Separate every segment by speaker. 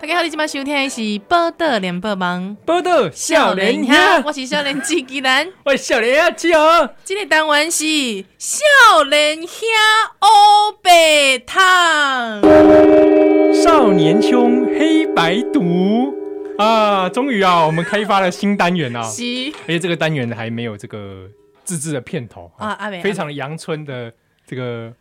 Speaker 1: 大家好，你今晚收听的是《报道联播网》，
Speaker 2: 报道少年
Speaker 1: 呀，
Speaker 2: 兄，
Speaker 1: 我是少年机器人，
Speaker 2: 喂，少年呀，七号，
Speaker 1: 今个单元是少年兄乌白汤。
Speaker 2: 少年兄，黑白毒啊！终于啊，我们开发了新 单元啊，
Speaker 1: 是
Speaker 2: 而且这个单元还没有这个自制的片头
Speaker 1: 啊，阿美
Speaker 2: 非常阳春的这个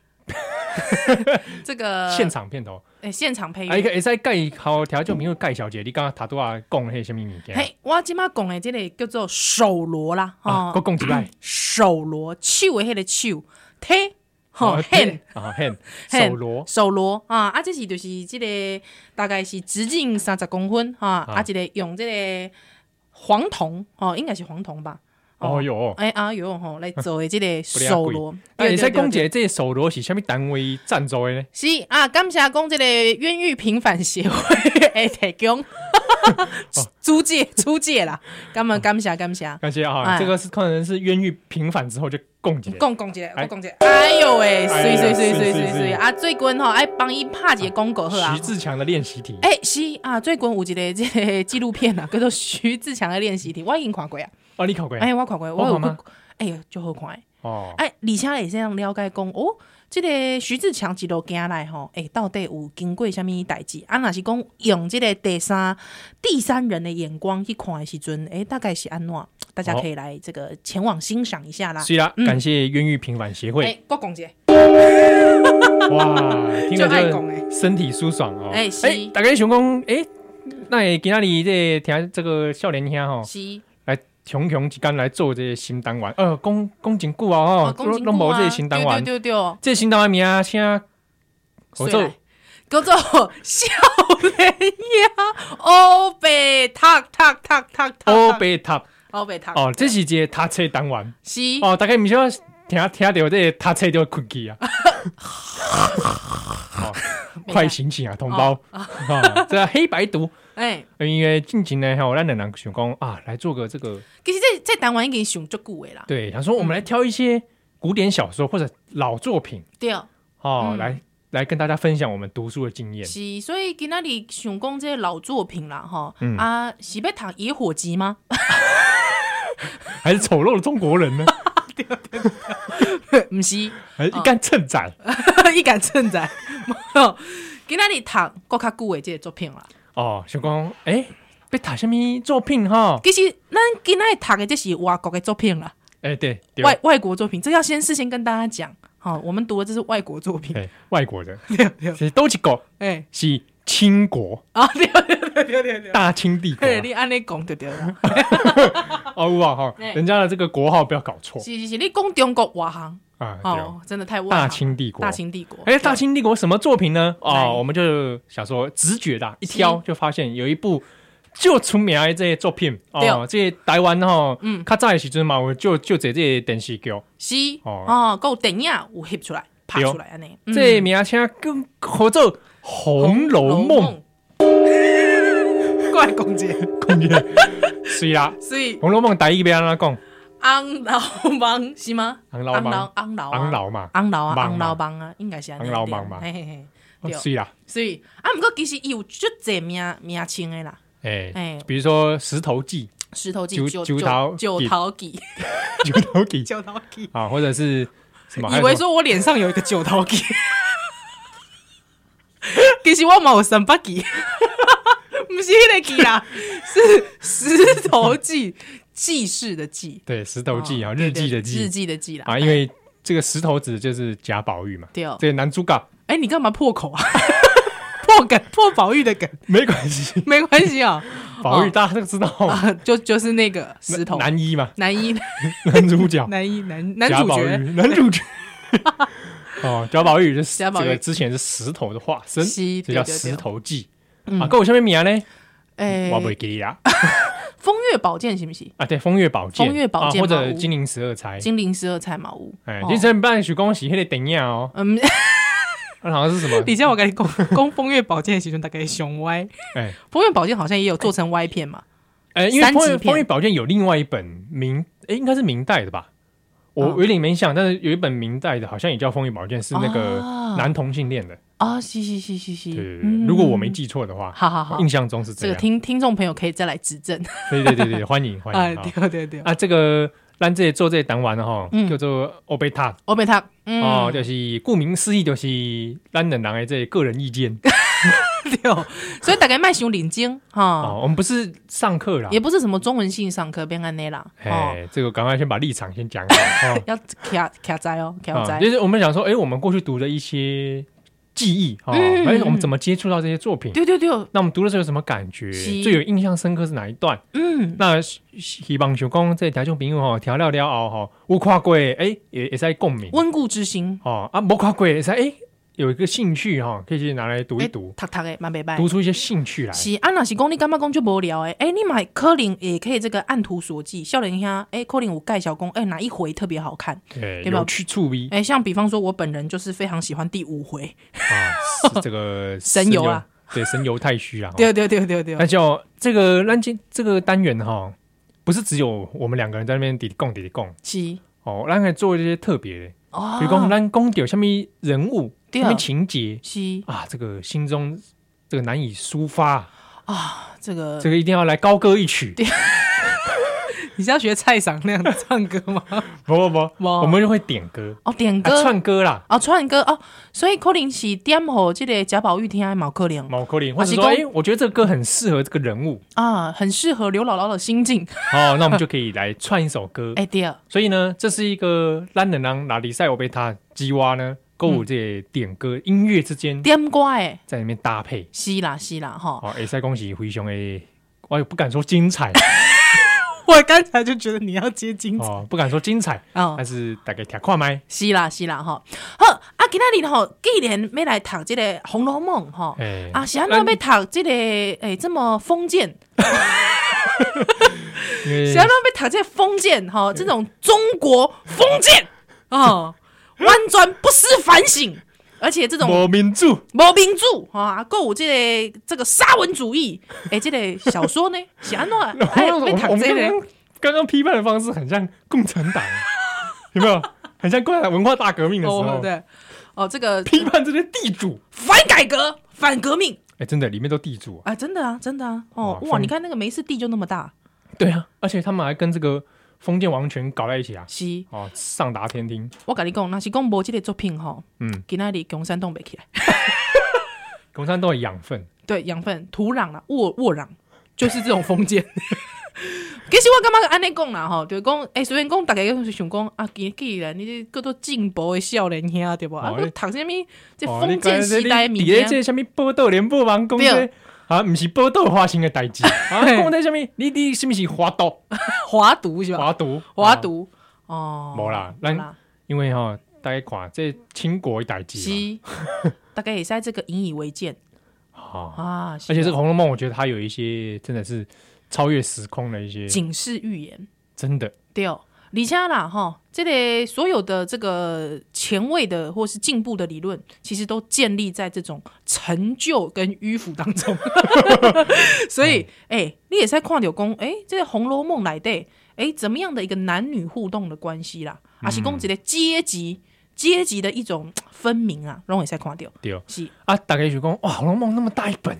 Speaker 1: 这个
Speaker 2: 现场片头。
Speaker 1: 诶现场配
Speaker 2: 啊，一
Speaker 1: 乐。
Speaker 2: 个会使盖好条件，名为盖小姐，你刚刚塔多啊讲迄什么物件？
Speaker 1: 嘿，我今麦讲的这个叫做手锣啦，
Speaker 2: 啊，我
Speaker 1: 哦，
Speaker 2: 讲一 摆，
Speaker 1: 手锣，手的迄个手，嘿，吼，
Speaker 2: 哦
Speaker 1: 嘿，
Speaker 2: 啊很
Speaker 1: 嘿
Speaker 2: 手锣
Speaker 1: 手锣啊，啊，这是就是这个大概是直径三十公分啊，
Speaker 2: 啊
Speaker 1: 啊，这个用这个黄铜哦，应该是黄铜吧？
Speaker 2: 哦，哟，，
Speaker 1: 哎啊哟吼，来做的这个手锣
Speaker 2: 啊，
Speaker 1: 对
Speaker 2: 会使讲一，
Speaker 1: 对对
Speaker 2: 个这手锣是啥物单位赞助的呢？
Speaker 1: 是啊，感谢讲这个冤狱平反协会 哎提 供
Speaker 2: 哦
Speaker 1: 租借租借啦，感恩感谢感谢。
Speaker 2: 感谢啊，
Speaker 1: 哎
Speaker 2: 这个是可能是冤狱平反之后就供给。
Speaker 1: 讲讲一下，
Speaker 2: 哎
Speaker 1: 我讲一下。哎呦喂，
Speaker 2: 哎
Speaker 1: 水
Speaker 2: 呀
Speaker 1: 水水
Speaker 2: 是
Speaker 1: 水
Speaker 2: 是
Speaker 1: 水
Speaker 2: 是
Speaker 1: 水啊！最近吼，爱帮伊拍一个广告好啊
Speaker 2: 徐。志强的练习题，
Speaker 1: 哎，是啊，最近有一个这个纪录片啊，叫 做《徐志强的练习题》，我已经看过啊。
Speaker 2: 哦，你考过？
Speaker 1: 哎，我看过，我
Speaker 2: 好
Speaker 1: 有
Speaker 2: 看
Speaker 1: 看
Speaker 2: 吗
Speaker 1: 过。哎呀，就好看的。
Speaker 2: 哦，
Speaker 1: 哎，而且会这样了解讲，哦，这个徐志强一路行来吼，哎，到底有经过什么代志？啊，若是讲用这个第三第三人的眼光去看的时阵，哎，大概是安怎？大家
Speaker 2: 好
Speaker 1: 可以来这个前往欣赏一下啦。
Speaker 2: 是啦，
Speaker 1: 嗯
Speaker 2: 感谢冤狱平反协会，
Speaker 1: 哎，我讲一下，
Speaker 2: 哇，听
Speaker 1: 就爱讲
Speaker 2: 着就
Speaker 1: 哎。
Speaker 2: 身体舒爽哦。
Speaker 1: 哎是
Speaker 2: 大家想讲，哎，那会今仔日这听这个少年兄吼，
Speaker 1: 是
Speaker 2: 来雄雄之间来做这个新单元，呃，讲讲真久啊
Speaker 1: 哦，
Speaker 2: 吼，
Speaker 1: 讲真久
Speaker 2: 拢无
Speaker 1: 啊
Speaker 2: 这个新单元，
Speaker 1: 对对对啊对，
Speaker 2: 这个新单元名啊请我
Speaker 1: 谁
Speaker 2: 做
Speaker 1: 来叫做少年呀，乌白塔塔塔塔塔，
Speaker 2: 欧贝塔
Speaker 1: 乌白塔
Speaker 2: 哦，这是一个读册单元
Speaker 1: 是
Speaker 2: 哦，大家毋晓听听到这个读册就困去啊。快醒醒啊，同
Speaker 1: 哦
Speaker 2: 胞！ 啊，这黑白读，
Speaker 1: 哎，
Speaker 2: 因为近期呢，吼，咱两人想讲啊，来做个这个，
Speaker 1: 其实这这单元已经上足久的啦，
Speaker 2: 对，想说我们来挑一些古典小说或者老作品，
Speaker 1: 对，
Speaker 2: 哦，
Speaker 1: 嗯
Speaker 2: 来来跟大家分享我们读书的经 验。
Speaker 1: 是所以今仔日想讲这些老作品啦，吼
Speaker 2: 嗯
Speaker 1: 啊，是要读野火集吗？
Speaker 2: 还是丑陋的中 国人呢？
Speaker 1: 不是，
Speaker 2: 还是一干秤仔？
Speaker 1: 一杆称赞。 吼今仔日读搁较久的这个作品啦，
Speaker 2: 哦，想讲，哎，被打什么作品哈？
Speaker 1: 其实咱今仔日读的这是外国的作品啦。
Speaker 2: 哎，对，对
Speaker 1: 外外国作品，这要先事先跟大家讲。好，我们读的这是外国作品。
Speaker 2: 哎，外国 的，
Speaker 1: 对对，
Speaker 2: 其实都一个
Speaker 1: 哎
Speaker 2: 是清国，
Speaker 1: 啊，对对 对对对对。
Speaker 2: 大清帝国啊
Speaker 1: 嘿，你按你讲就对了。
Speaker 2: 哦，有啊哈，
Speaker 1: 哎
Speaker 2: 人家的这个国号不要搞错
Speaker 1: 是是是，你讲中国外行
Speaker 2: 啊，对哦，
Speaker 1: 哦，真的太外行
Speaker 2: 大
Speaker 1: 了
Speaker 2: 清帝国，
Speaker 1: 大清帝国。
Speaker 2: 哎，大清帝国什么作品呢？
Speaker 1: 来
Speaker 2: 哦，我们就想说直觉的啊，一挑就发现有一部就出名的这些作品
Speaker 1: 对
Speaker 2: 哦
Speaker 1: 哦，
Speaker 2: 这些台湾吼，
Speaker 1: 嗯
Speaker 2: 较早的时阵嘛，我就就这这电视剧，
Speaker 1: 是
Speaker 2: 哦
Speaker 1: 哦，够电影有翕出来，拍
Speaker 2: 对哦
Speaker 1: 出来安尼。
Speaker 2: 这
Speaker 1: 嗯
Speaker 2: 名称更合作《红楼梦》，》
Speaker 1: 怪公姐，
Speaker 2: 讲起来 是啦，
Speaker 1: 所以
Speaker 2: 《红楼梦》台语要安怎讲？
Speaker 1: 红楼梦是吗？
Speaker 2: 红楼梦
Speaker 1: 红楼，
Speaker 2: 红，楼嘛，
Speaker 1: 红楼啊，
Speaker 2: 梦
Speaker 1: 红
Speaker 2: 嘛
Speaker 1: 楼梦啊，应该是安尼。
Speaker 2: 红楼梦
Speaker 1: 对
Speaker 2: 嘛哦
Speaker 1: 嘿嘿嘿，对
Speaker 2: 是啦，
Speaker 1: 所以啊，毋过其实伊有足侪名名称的啦，
Speaker 2: 哎，
Speaker 1: 哎、
Speaker 2: 比如说《石头记
Speaker 1: 石头记
Speaker 2: 九、九头
Speaker 1: 九
Speaker 2: 记
Speaker 1: 头记、》
Speaker 2: 《九头记》
Speaker 1: 九头记，
Speaker 2: 啊，或者是什么？还
Speaker 1: 以
Speaker 2: 有
Speaker 1: 为
Speaker 2: 什么
Speaker 1: 说我脸上有一个九头记， 其实我嘛有三八记， 不是迄个记啦，是石头记，记事的记，
Speaker 2: 对《石头记》啊，
Speaker 1: 哦
Speaker 2: 日记的
Speaker 1: 对对日
Speaker 2: 记
Speaker 1: 记的记啦
Speaker 2: 啊，因为这个石头子就是贾宝玉嘛，
Speaker 1: 对哦，
Speaker 2: 这个男主角
Speaker 1: 哎，你干嘛破口啊？ 破梗，破宝玉的梗，
Speaker 2: 没关系，
Speaker 1: 没关系啊，
Speaker 2: 宝玉大家都知道嘛，
Speaker 1: 啊就就是那个石头
Speaker 2: 哦男 一嘛，
Speaker 1: 男一
Speaker 2: 男主角
Speaker 1: 男一男男
Speaker 2: 贾
Speaker 1: 主
Speaker 2: 宝
Speaker 1: 角
Speaker 2: 玉，男主 角。哦，贾宝玉就是
Speaker 1: 贾
Speaker 2: 这
Speaker 1: 宝玉
Speaker 2: 个之前是石头的化身，
Speaker 1: 是
Speaker 2: 这叫
Speaker 1: 对对
Speaker 2: 石头记
Speaker 1: 嗯
Speaker 2: 啊。够有下面名呢？
Speaker 1: 哎，
Speaker 2: 我不会给你啦
Speaker 1: 风月宝剑行不行？
Speaker 2: 啊，对，风月宝剑，
Speaker 1: 风月宝剑
Speaker 2: 啊或者
Speaker 1: 嘛
Speaker 2: 金陵十二钗。
Speaker 1: 金陵十二钗茅屋。
Speaker 2: 哎，
Speaker 1: 哦
Speaker 2: 金城办许恭喜那个电影哦，
Speaker 1: 嗯，
Speaker 2: 那好像是什 么？
Speaker 1: 你叫我跟你讲，讲风月宝剑的时阵大概熊歪。
Speaker 2: 哎
Speaker 1: 风月宝剑好像也有做成歪片嘛？
Speaker 2: 哎，因为
Speaker 1: 三级
Speaker 2: 风月
Speaker 1: 片
Speaker 2: 风月宝剑有另外一本明，哎，应该是明代的吧？我
Speaker 1: 哦
Speaker 2: 有点没印象，但是有一本明代的，好像也叫《风月宝剑》，是那个
Speaker 1: 哦
Speaker 2: 男同性恋的。
Speaker 1: 啊，是是是是
Speaker 2: 对对
Speaker 1: 是
Speaker 2: 对，对
Speaker 1: 嗯
Speaker 2: 如果我没记错的话，
Speaker 1: 好好好
Speaker 2: 我印，象中是
Speaker 1: 这
Speaker 2: 这
Speaker 1: 个
Speaker 2: 样。
Speaker 1: 听听众朋友可以再来指正。
Speaker 2: 对对对对，欢迎欢
Speaker 1: 哎，
Speaker 2: 迎好
Speaker 1: 对对对，
Speaker 2: 啊！这个咱这个做这个单玩的哈
Speaker 1: 嗯，
Speaker 2: 叫做欧贝塔
Speaker 1: 我被他，嗯，
Speaker 2: 哦，就是顾名思义，就是咱两人的这个个人意见
Speaker 1: 哦所以大概卖熊领巾哈，哦
Speaker 2: 哦。我们不是上课啦
Speaker 1: 也，不是什么中文性上课变安内啦，哦，
Speaker 2: 哎，这个赶快先把立场先讲好。哦
Speaker 1: 要卡卡在哦，卡
Speaker 2: 啊，
Speaker 1: 在
Speaker 2: 就，是我们想说，哎，我们过去读的一些记忆啊，
Speaker 1: 嗯
Speaker 2: 哎，我们怎么接触到这些作品？
Speaker 1: 对对对，
Speaker 2: 那我们读的时候有什么感觉？
Speaker 1: 是
Speaker 2: 最有印象深刻是哪一段？
Speaker 1: 嗯，
Speaker 2: 那希希望想讲这条种朋友吼，调了了后吼，哦有看过诶，哎也也在共鸣
Speaker 1: 温故知新，
Speaker 2: 哦啊，没看过也是哎有一个兴趣哈，可以去拿来读一读，
Speaker 1: 读读的蛮袂
Speaker 2: 读
Speaker 1: 歹。
Speaker 2: 出一些兴趣来。
Speaker 1: 是啊，若是讲你感觉讲就无聊诶，诶、你买柯林也可以这个按图索骥，少年兄诶，柯林有介绍讲诶欸哪一回特别好看，
Speaker 2: 对，
Speaker 1: 对吧
Speaker 2: 有趣触味
Speaker 1: 诶、像比方说我本人就是非常喜欢第五回，
Speaker 2: 啊，是这个
Speaker 1: 神游啊
Speaker 2: 神游，对，神游太虚啊。
Speaker 1: 对对对对对
Speaker 2: 那就这个那今这个单元哈，不是只有我们两个人在那边嘀嘀共嘀嘀共
Speaker 1: 是
Speaker 2: 哦，咱还做一些特别的，
Speaker 1: 哦
Speaker 2: 比如讲咱讲到什么人物、
Speaker 1: 对啊
Speaker 2: 什么情节
Speaker 1: 是
Speaker 2: 啊，这个心中这个难以抒发。
Speaker 1: 这个，
Speaker 2: 这个一定要来高歌一曲。
Speaker 1: 你是要学蔡赏那样子唱歌 吗？
Speaker 2: 不不不，
Speaker 1: 哇
Speaker 2: 我们就会点歌，
Speaker 1: 哦，点
Speaker 2: 啊、
Speaker 1: 歌。
Speaker 2: 串歌啦，
Speaker 1: 哦，串歌哦，所以可能是点吼，这个贾宝玉听还毛可能
Speaker 2: 毛口令，或者
Speaker 1: 是
Speaker 2: 说，
Speaker 1: 讲
Speaker 2: 哎、我觉得这个歌很适合这个人物，
Speaker 1: 啊，很适合刘姥姥的心境。
Speaker 2: 哦，那我们就可以来串一首歌。
Speaker 1: 哎、对，
Speaker 2: 所以呢，这是一个懒人郎哪里赛我被他鸡蛙呢，歌
Speaker 1: 嗯
Speaker 2: 舞这点歌、音乐之间
Speaker 1: 点歌诶，
Speaker 2: 在里面搭配，
Speaker 1: 是啦是啦吼。
Speaker 2: 哦，哎，赛恭喜灰熊哎。我也不敢说精彩
Speaker 1: 我刚才就觉得你要接金子
Speaker 2: 哦，不敢说精彩，
Speaker 1: 哦
Speaker 2: 但，是大概听看麦，
Speaker 1: 是啦是啦吼。好啊，今仔日吼，既然要来读这个《红楼梦》吼，
Speaker 2: 哎、嗯
Speaker 1: 啊，是安怎要读这个诶这么封建，
Speaker 2: 因为
Speaker 1: 是安怎要读这个封建吼，
Speaker 2: 嗯
Speaker 1: 这种中国封 建哦，完全不思反省，而且这种
Speaker 2: 无民主，
Speaker 1: 无民主啊，购有这个这个沙文主义，诶，这个小说 呢，是安怎哎
Speaker 2: 我
Speaker 1: 被
Speaker 2: 们我
Speaker 1: 读
Speaker 2: 们
Speaker 1: 这
Speaker 2: 刚
Speaker 1: 个
Speaker 2: 刚刚刚批判的方式很像共产党， 有没有？很像共产党文化大革命的时
Speaker 1: 哦
Speaker 2: 候，
Speaker 1: 对哦，这个
Speaker 2: 批判这些地主。
Speaker 1: 反改革、反革命
Speaker 2: 哎，真的，里面都地主啊。
Speaker 1: 啊，真的啊，真的啊，哦
Speaker 2: 哇
Speaker 1: 哇，
Speaker 2: 风
Speaker 1: 你看那个梅氏地就那么大，
Speaker 2: 对啊，而且他们还跟这个封建王权搞在一起啊。
Speaker 1: 是，
Speaker 2: 哦，上达天听，
Speaker 1: 我跟你讲，那是讲无这个作品吼，
Speaker 2: 嗯，
Speaker 1: 今仔日江山东北起来，
Speaker 2: 共产党的养分。
Speaker 1: 对，养分、土壤啦、沃沃壤，就是这种封建。 其实我感觉安尼讲啦吼，就是讲，诶、欸，虽然讲大家就是想讲啊，既既然你这叫做进步的少年兄对不？啊，
Speaker 2: 哦
Speaker 1: 我读什么这
Speaker 2: 哦
Speaker 1: 封建时代的
Speaker 2: 你
Speaker 1: 物
Speaker 2: 讲这你在
Speaker 1: 件，
Speaker 2: 这什么报道联播网讲
Speaker 1: 对
Speaker 2: 这啊，不是报道花心的 代志，啊，
Speaker 1: 嘿
Speaker 2: 讲在什么？你你是不是华独？
Speaker 1: 华独是吧？
Speaker 2: 华独，
Speaker 1: 华
Speaker 2: 啊，
Speaker 1: 独哦，
Speaker 2: 没啦咱
Speaker 1: 没啦，
Speaker 2: 因为哈，大家看这清国的代志嘛，
Speaker 1: 是，大概也是在 这个引以为戒
Speaker 2: 啊，
Speaker 1: 啊，
Speaker 2: 而且这个《
Speaker 1: 个
Speaker 2: 红楼梦》，我觉得它有一些真的是超越时空的一些，
Speaker 1: 警示预言。
Speaker 2: 真的
Speaker 1: 对，而且啦，哈，这类所有的这个前卫的或是进步的理论，其实都建立在这种成就跟迂腐当 中。所以，哎、你也在看柳公，哎、这个《红楼梦》来的，哎、怎么样的一个男女互动的关系啦？
Speaker 2: 嗯
Speaker 1: 啊，是讲一个阶级阶级的一种分明啊，让我也在看到，
Speaker 2: 对
Speaker 1: 是
Speaker 2: 啊！大概许光哇，《红楼梦》那么大一本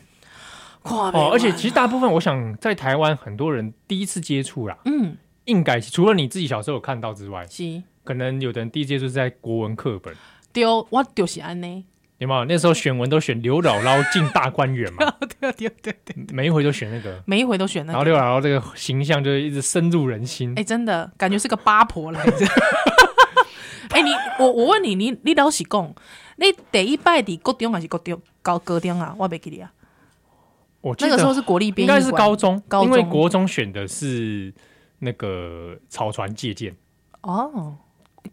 Speaker 1: 看
Speaker 2: 哦，而且
Speaker 1: 实，
Speaker 2: 其实大部分我想在台湾很多人第一次接触啦，
Speaker 1: 嗯，
Speaker 2: 应该除了你自己小时候有看到之外，
Speaker 1: 是
Speaker 2: 可能有的人第一次接触是在国文课本，
Speaker 1: 对，我就是安 尼，
Speaker 2: 有没有？那时候选文都选刘姥姥进大观园 嘛，
Speaker 1: 对对对对，
Speaker 2: 每一回都选那个，
Speaker 1: 每一回都选那
Speaker 2: 然
Speaker 1: 个
Speaker 2: 后。刘姥姥这个形象就一直深入人心
Speaker 1: 哎、。真的感觉是个八婆来着。 哎、你我我问你，你你老实讲，你第一拜的高中还是高中高高中啊？我袂记得啊。
Speaker 2: 我记
Speaker 1: 那个时候
Speaker 2: 得
Speaker 1: 是国立
Speaker 2: 应
Speaker 1: 编译
Speaker 2: 该
Speaker 1: 馆，
Speaker 2: 是高中，
Speaker 1: 高
Speaker 2: 因为
Speaker 1: 中
Speaker 2: 国中选的是那个草船借箭。
Speaker 1: 哦，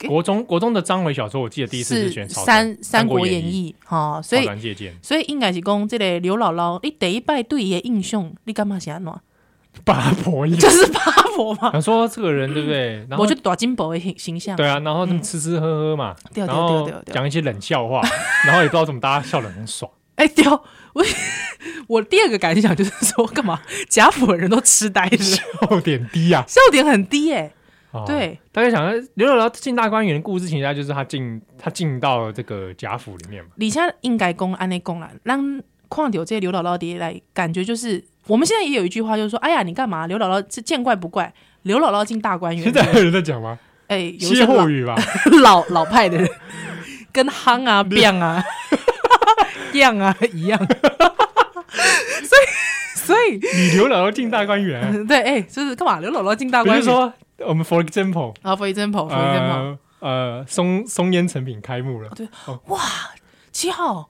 Speaker 1: 诶
Speaker 2: 国中国中的章回小说，我记得第一次
Speaker 1: 是
Speaker 2: 选《
Speaker 1: 三《三国演
Speaker 2: 演》
Speaker 1: 义》哈、哦，所
Speaker 2: 草
Speaker 1: 以
Speaker 2: 船 借箭，
Speaker 1: 所以应该是讲这个刘姥姥，你第一拜对伊的印象，你干嘛是安怎 样？
Speaker 2: 八婆一。
Speaker 1: 就是八婆嘛，
Speaker 2: 想说这个人对不对？然后
Speaker 1: 我就嗯大金箔的形形象。
Speaker 2: 对啊，然后吃吃喝喝嘛，
Speaker 1: 对啊对啊
Speaker 2: 然后
Speaker 1: 对啊对啊对啊
Speaker 2: 讲一些冷笑话， 然后也不知道怎么大家笑得 很爽。
Speaker 1: 哎、对哦，我我第二个感 想就是说，干嘛贾府的人都痴呆了。
Speaker 2: 笑点低啊，
Speaker 1: 笑点很低哎、
Speaker 2: 哦
Speaker 1: 对，
Speaker 2: 大家想说，刘姥姥进大观园的故事情节就是她进她进到了这个贾府里面嘛。
Speaker 1: 而且应该讲安内讲啦，让看到这个刘姥姥的来，感觉就是我们现在也有一句话，就是说，哎呀，你干嘛？刘姥姥这见怪不怪，刘姥姥进大观园。
Speaker 2: 现在还有人在讲吗？
Speaker 1: 哎，有一
Speaker 2: 歇
Speaker 1: 些
Speaker 2: 后
Speaker 1: 老
Speaker 2: 语吧，
Speaker 1: 老老派的人，跟夯啊、 变啊、样啊一样。 所以，
Speaker 2: 你刘姥姥进大观园，啊
Speaker 1: 所以，对，哎，就是干嘛？刘姥姥进大
Speaker 2: 比
Speaker 1: 观
Speaker 2: 如
Speaker 1: 园。
Speaker 2: 说我们 for example，
Speaker 1: 啊，for example，for example，
Speaker 2: 呃呃，松松烟成品开 幕了，
Speaker 1: 七号。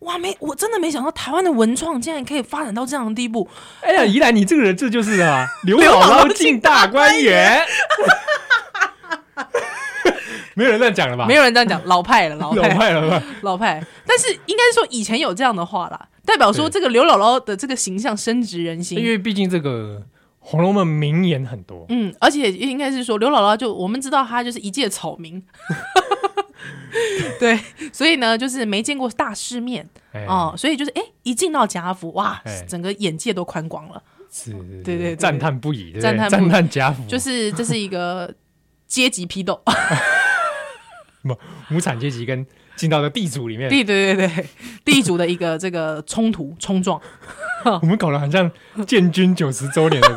Speaker 1: 哇，没，我真的没想到台湾的文创竟然可以发展到这样的地步。
Speaker 2: 哎呀，宜兰你这个人，这就是 啊，刘姥姥进大观园， 没有人乱讲了吧？
Speaker 1: 没有人这样讲，老派了， 老
Speaker 2: 老
Speaker 1: 派，
Speaker 2: 派了吧？
Speaker 1: 老派。但是应该说以前有这样的话啦，代表说
Speaker 2: 对
Speaker 1: 这个刘姥姥的这个形象深植人
Speaker 2: 因
Speaker 1: 心。
Speaker 2: 为毕竟这个《红楼梦》名言很多，
Speaker 1: 嗯，而且应该是说刘姥姥就我们知道她就是一介草民， 对，所以呢就是没见过大世面
Speaker 2: 哎，
Speaker 1: 哦，所以就是哎一进到贾府哇
Speaker 2: 哎，哦
Speaker 1: 整个眼界都宽广了，
Speaker 2: 是，是
Speaker 1: 对对对
Speaker 2: 赞叹不已，对不对
Speaker 1: 赞叹不已
Speaker 2: 赞叹贾府，
Speaker 1: 就是这是一个阶级批斗。
Speaker 2: 哎 无产阶级跟进到了地主里面，
Speaker 1: 对对对对，地主的一个这个冲 突冲撞，
Speaker 2: 我们搞得很像建军九十周年的 这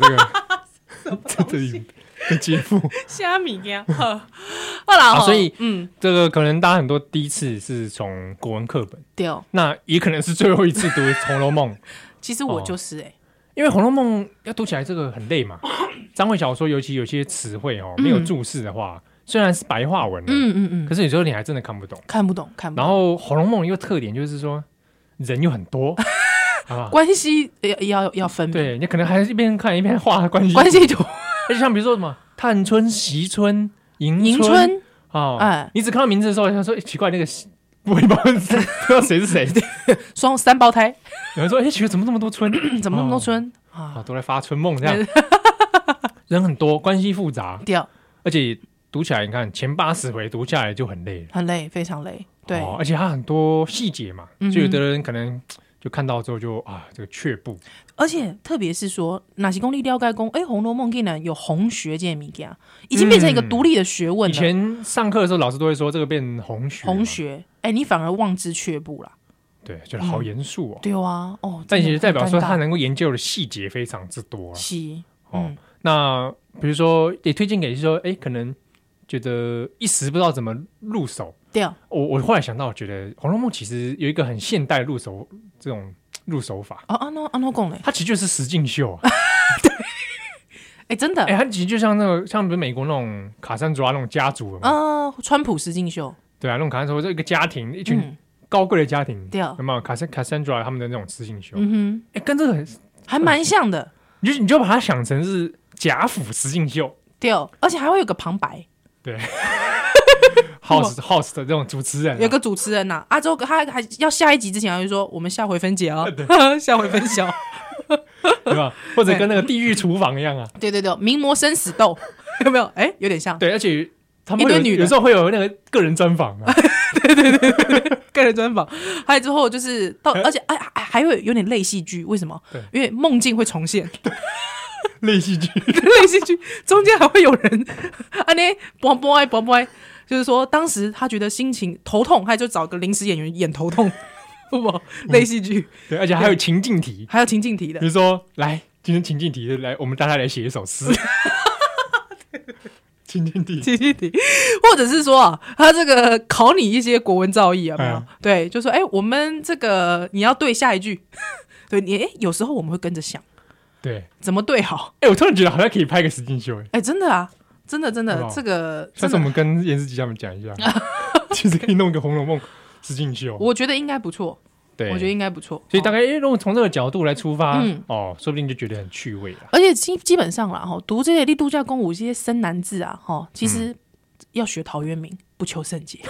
Speaker 2: 个这这里的节目，
Speaker 1: 虾米呀，呵 好啦，
Speaker 2: 啊
Speaker 1: 吼
Speaker 2: 所以
Speaker 1: 嗯，
Speaker 2: 这个可能大家很多第一次是从国文课本，
Speaker 1: 对哦，
Speaker 2: 那也可能是最后一次读《红楼梦》。
Speaker 1: 其实我
Speaker 2: 哦
Speaker 1: 就是哎，
Speaker 2: 因为《红楼梦》要读起来这个很累嘛，章回小说尤其有些词汇哦，
Speaker 1: 嗯
Speaker 2: 没有注释的话，虽然是白话文的，
Speaker 1: 嗯嗯嗯，
Speaker 2: 可是有时候你还真的看不懂。
Speaker 1: 看不懂看不懂
Speaker 2: 然。后《红楼梦》又特点就是说人又很 多啊，
Speaker 1: 关系要要要分明，
Speaker 2: 对你可能还是一边看一边画关系，
Speaker 1: 关系图
Speaker 2: 而且像比如说什么探春、惜春、迎
Speaker 1: 迎
Speaker 2: 春
Speaker 1: 春
Speaker 2: 啊，
Speaker 1: 哎
Speaker 2: 你只看到名字的时候，想说、诶奇怪那个 惜。不会吧？不知道谁 是谁。
Speaker 1: 双三胞胎，
Speaker 2: 有人说：“哎、奇怪，怎么那么多 春
Speaker 1: 嗯怎么那么多春
Speaker 2: 啊？
Speaker 1: 啊？
Speaker 2: 都来发春梦这样， 人很多，关系复杂。
Speaker 1: 掉
Speaker 2: 而且读起来，你看前八十回读下来就很累了，
Speaker 1: 很累，非常累。对，
Speaker 2: 哦而且它很多细节嘛，
Speaker 1: 嗯哼
Speaker 2: 就有的人可能就看到之后就啊，这个却步，
Speaker 1: 而且特别是说，哪些功力撩盖功？哎，《红楼梦》竟然有红学这米啊，已经变成一个独立的学问
Speaker 2: 以
Speaker 1: 了。
Speaker 2: 前上课的时候老师都会说这个变红学嘛，
Speaker 1: 红学，哎，你反而望之却步了。
Speaker 2: 对，觉得好严肃哦。
Speaker 1: 对啊，哦，
Speaker 2: 但其实代表说他
Speaker 1: 他
Speaker 2: 能够研究的细节非常之多啊。
Speaker 1: 是，
Speaker 2: 哦
Speaker 1: 嗯，
Speaker 2: 那比如说也推荐给说，哎，可能觉得一时不知道怎么入手。
Speaker 1: 掉
Speaker 2: 我我后来想到，觉得《红楼梦》其实有一个很现代入手这种入手法，
Speaker 1: 哦，安诺安诺贡嘞，
Speaker 2: 它其实就是实境秀
Speaker 1: 嗯
Speaker 2: 啊。
Speaker 1: 哎，真的
Speaker 2: 哎、它其实就像那个，像比如美国那种卡山卓拉那种家族有没有
Speaker 1: 啊，川普石进秀，
Speaker 2: 对啊，那种卡山卓拉一个家庭，一群
Speaker 1: 嗯，
Speaker 2: 高贵的家庭，
Speaker 1: 对
Speaker 2: 有没有？卡山卡山卓拉他们的那种雌性秀，哎、
Speaker 1: 嗯
Speaker 2: 跟这个很，
Speaker 1: 哼，还蛮像的。
Speaker 2: 你就你就把它想成是贾府雌性秀
Speaker 1: 对，而且还会有个旁白，
Speaker 2: ，house house 的这种主持人、啊，
Speaker 1: 有个主持人呐、啊，之后他还要下一集之前，他就说我们下回分解哦， 下回分晓。
Speaker 2: 对吧？或 者跟那个地狱厨房一样啊，
Speaker 1: 对对对，名模生死斗 有没有？哎，有点像
Speaker 2: 对，而且他们
Speaker 1: 一
Speaker 2: 会
Speaker 1: 堆
Speaker 2: 有
Speaker 1: 女的
Speaker 2: 有时候会有那个个 人专访啊，
Speaker 1: 个人专访。还有之后就是到，
Speaker 2: 哎
Speaker 1: 而且哎还还会有点类戏剧，为什么
Speaker 2: 对？
Speaker 1: 因为梦境会重现，
Speaker 2: 类戏剧，
Speaker 1: 类戏剧中间还会有人 啊呢，波波哎波波哎，就是说当时他觉得心情头痛，他就找个临时演员演头痛， 不不，类戏剧
Speaker 2: 对，而且还有情境题，
Speaker 1: 还有情境题的
Speaker 2: 比，如说来今天情境题就来，我们大家来写一 首诗，情境题，
Speaker 1: 奇迹题，或者是说啊，他这个考你一些国文造诣有没有？
Speaker 2: 嗯
Speaker 1: 对，就说哎、我们这个你要对下一句， 对你哎、有时候我们会跟着想
Speaker 2: 对。
Speaker 1: 怎么对好，
Speaker 2: 哎、我突然觉得好像可以拍个实境秀，哎，
Speaker 1: 哎、真的啊，真的真
Speaker 2: 是
Speaker 1: 的
Speaker 2: 吧，
Speaker 1: 这个
Speaker 2: 下
Speaker 1: 真
Speaker 2: 次
Speaker 1: 的，
Speaker 2: 我们跟严思琪他们讲 一下，其实可以弄一个《红楼梦》实境秀。
Speaker 1: 我觉得应该不错，
Speaker 2: 对，
Speaker 1: 我觉得应该不错，
Speaker 2: 所以大
Speaker 1: 概、
Speaker 2: 概，哎、如果从这个角度来出发，
Speaker 1: 嗯
Speaker 2: 哦，说不定就觉得很趣味了。
Speaker 1: 而且基基本上啦，哈，读这些立度假公武这些生难字啊，哈，其实
Speaker 2: 嗯
Speaker 1: 要学陶渊明，不求甚 解，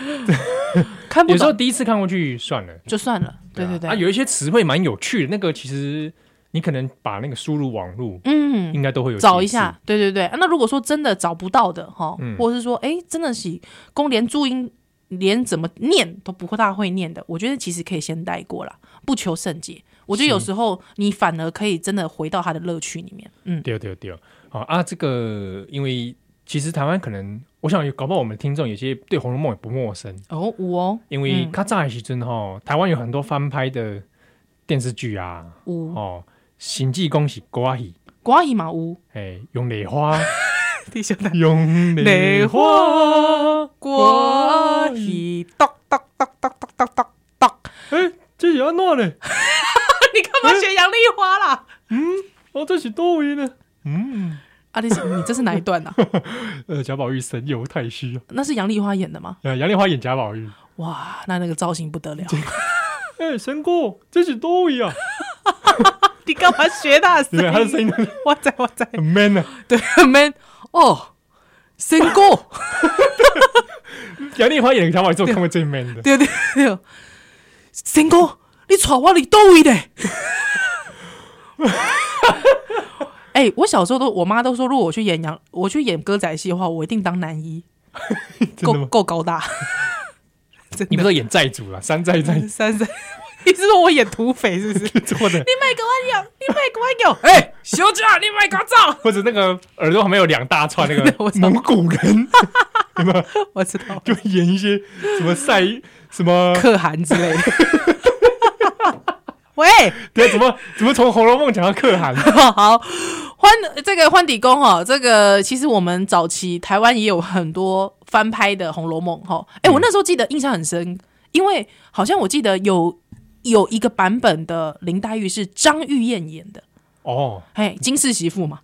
Speaker 1: 看不
Speaker 2: 有时候
Speaker 1: 懂
Speaker 2: 第一次看过去算了，
Speaker 1: 就算了，对对
Speaker 2: 啊
Speaker 1: 对，
Speaker 2: 啊，有一些词汇蛮有趣的，那个其实你可能把那个输入网络，
Speaker 1: 嗯，
Speaker 2: 应该都会有
Speaker 1: 找一
Speaker 2: 提示
Speaker 1: 下，，对对对。啊那如果说真的找不到的哈，
Speaker 2: 嗯
Speaker 1: 或者是说哎，诶真的是公连注音连怎么念都不大会念的，我觉得其实可以先带过啦，不求甚解。我觉得有时候你反而可以真的回到他的乐趣里面。嗯，
Speaker 2: 对对对，好啊，这个因为其实台湾可能，我想有搞不好我们的听众有些对《红楼梦》也不陌生，
Speaker 1: 哦，五哦，
Speaker 2: 因为
Speaker 1: 嗯
Speaker 2: 它乍的时阵吼，台湾有很多翻拍的电视剧啊，
Speaker 1: 五
Speaker 2: 哦，《行济公》是歌戏，
Speaker 1: 瓜伊嘛 五，
Speaker 2: 哎，用梨花，
Speaker 1: 弟兄弟，
Speaker 2: 用梨
Speaker 1: 梨
Speaker 2: 花，
Speaker 1: 瓜伊咚咚咚咚咚咚咚咚，
Speaker 2: 哎，这是安怎呢？
Speaker 1: 你干嘛学杨丽花啦？
Speaker 2: 哦，这是多位呢？嗯，
Speaker 1: 啊，你是你这是哪一段啊？
Speaker 2: 呃，贾宝玉神游太虚啊，
Speaker 1: 那是杨丽花演的吗？
Speaker 2: 呃杨丽花演贾宝玉，
Speaker 1: 哇，那那个造型不得 了，
Speaker 2: 哎，神哥，这是多位啊，
Speaker 1: 你干嘛学他的声
Speaker 2: 对，他的声
Speaker 1: 音？
Speaker 2: 音
Speaker 1: 哇塞哇塞，
Speaker 2: 很 man 啊。
Speaker 1: 对很，man 哦，神哥。
Speaker 2: 杨丽花演的小宝玉是我看过最 man 的，
Speaker 1: 对对对，神哥，你带我你倒位嘞？哎、我小时候都，我妈都说，如果我去演杨，我去演歌仔戏的话，我一定当男一，
Speaker 2: 真的
Speaker 1: 够
Speaker 2: 吗？
Speaker 1: 够高大。真
Speaker 2: 你
Speaker 1: 的
Speaker 2: 们都演债主了，山寨债
Speaker 1: 三三，你是说我演土匪是不 是？你
Speaker 2: 主或者
Speaker 1: 卖给我养，你卖给我养，哎、小姐，你卖给我走。
Speaker 2: 或者那个耳朵旁边有两大串那
Speaker 1: 我
Speaker 2: 个
Speaker 1: 知道
Speaker 2: 蒙古人，有没有？
Speaker 1: 我知道，
Speaker 2: 就演一些什么赛什么
Speaker 1: 可汗之类的。 喂，
Speaker 2: 对怎么怎么从《红楼梦》讲到可汗，
Speaker 1: 好，欢这个欢底宫哈，这个其实我们早期台湾也有很多翻拍的《红楼梦》哈。哎、
Speaker 2: 嗯
Speaker 1: 我那时候记得印象很深，因为好像我记得有有一个版本的林黛玉是张玉燕演的，
Speaker 2: 哦，
Speaker 1: 哎，金氏媳妇嘛，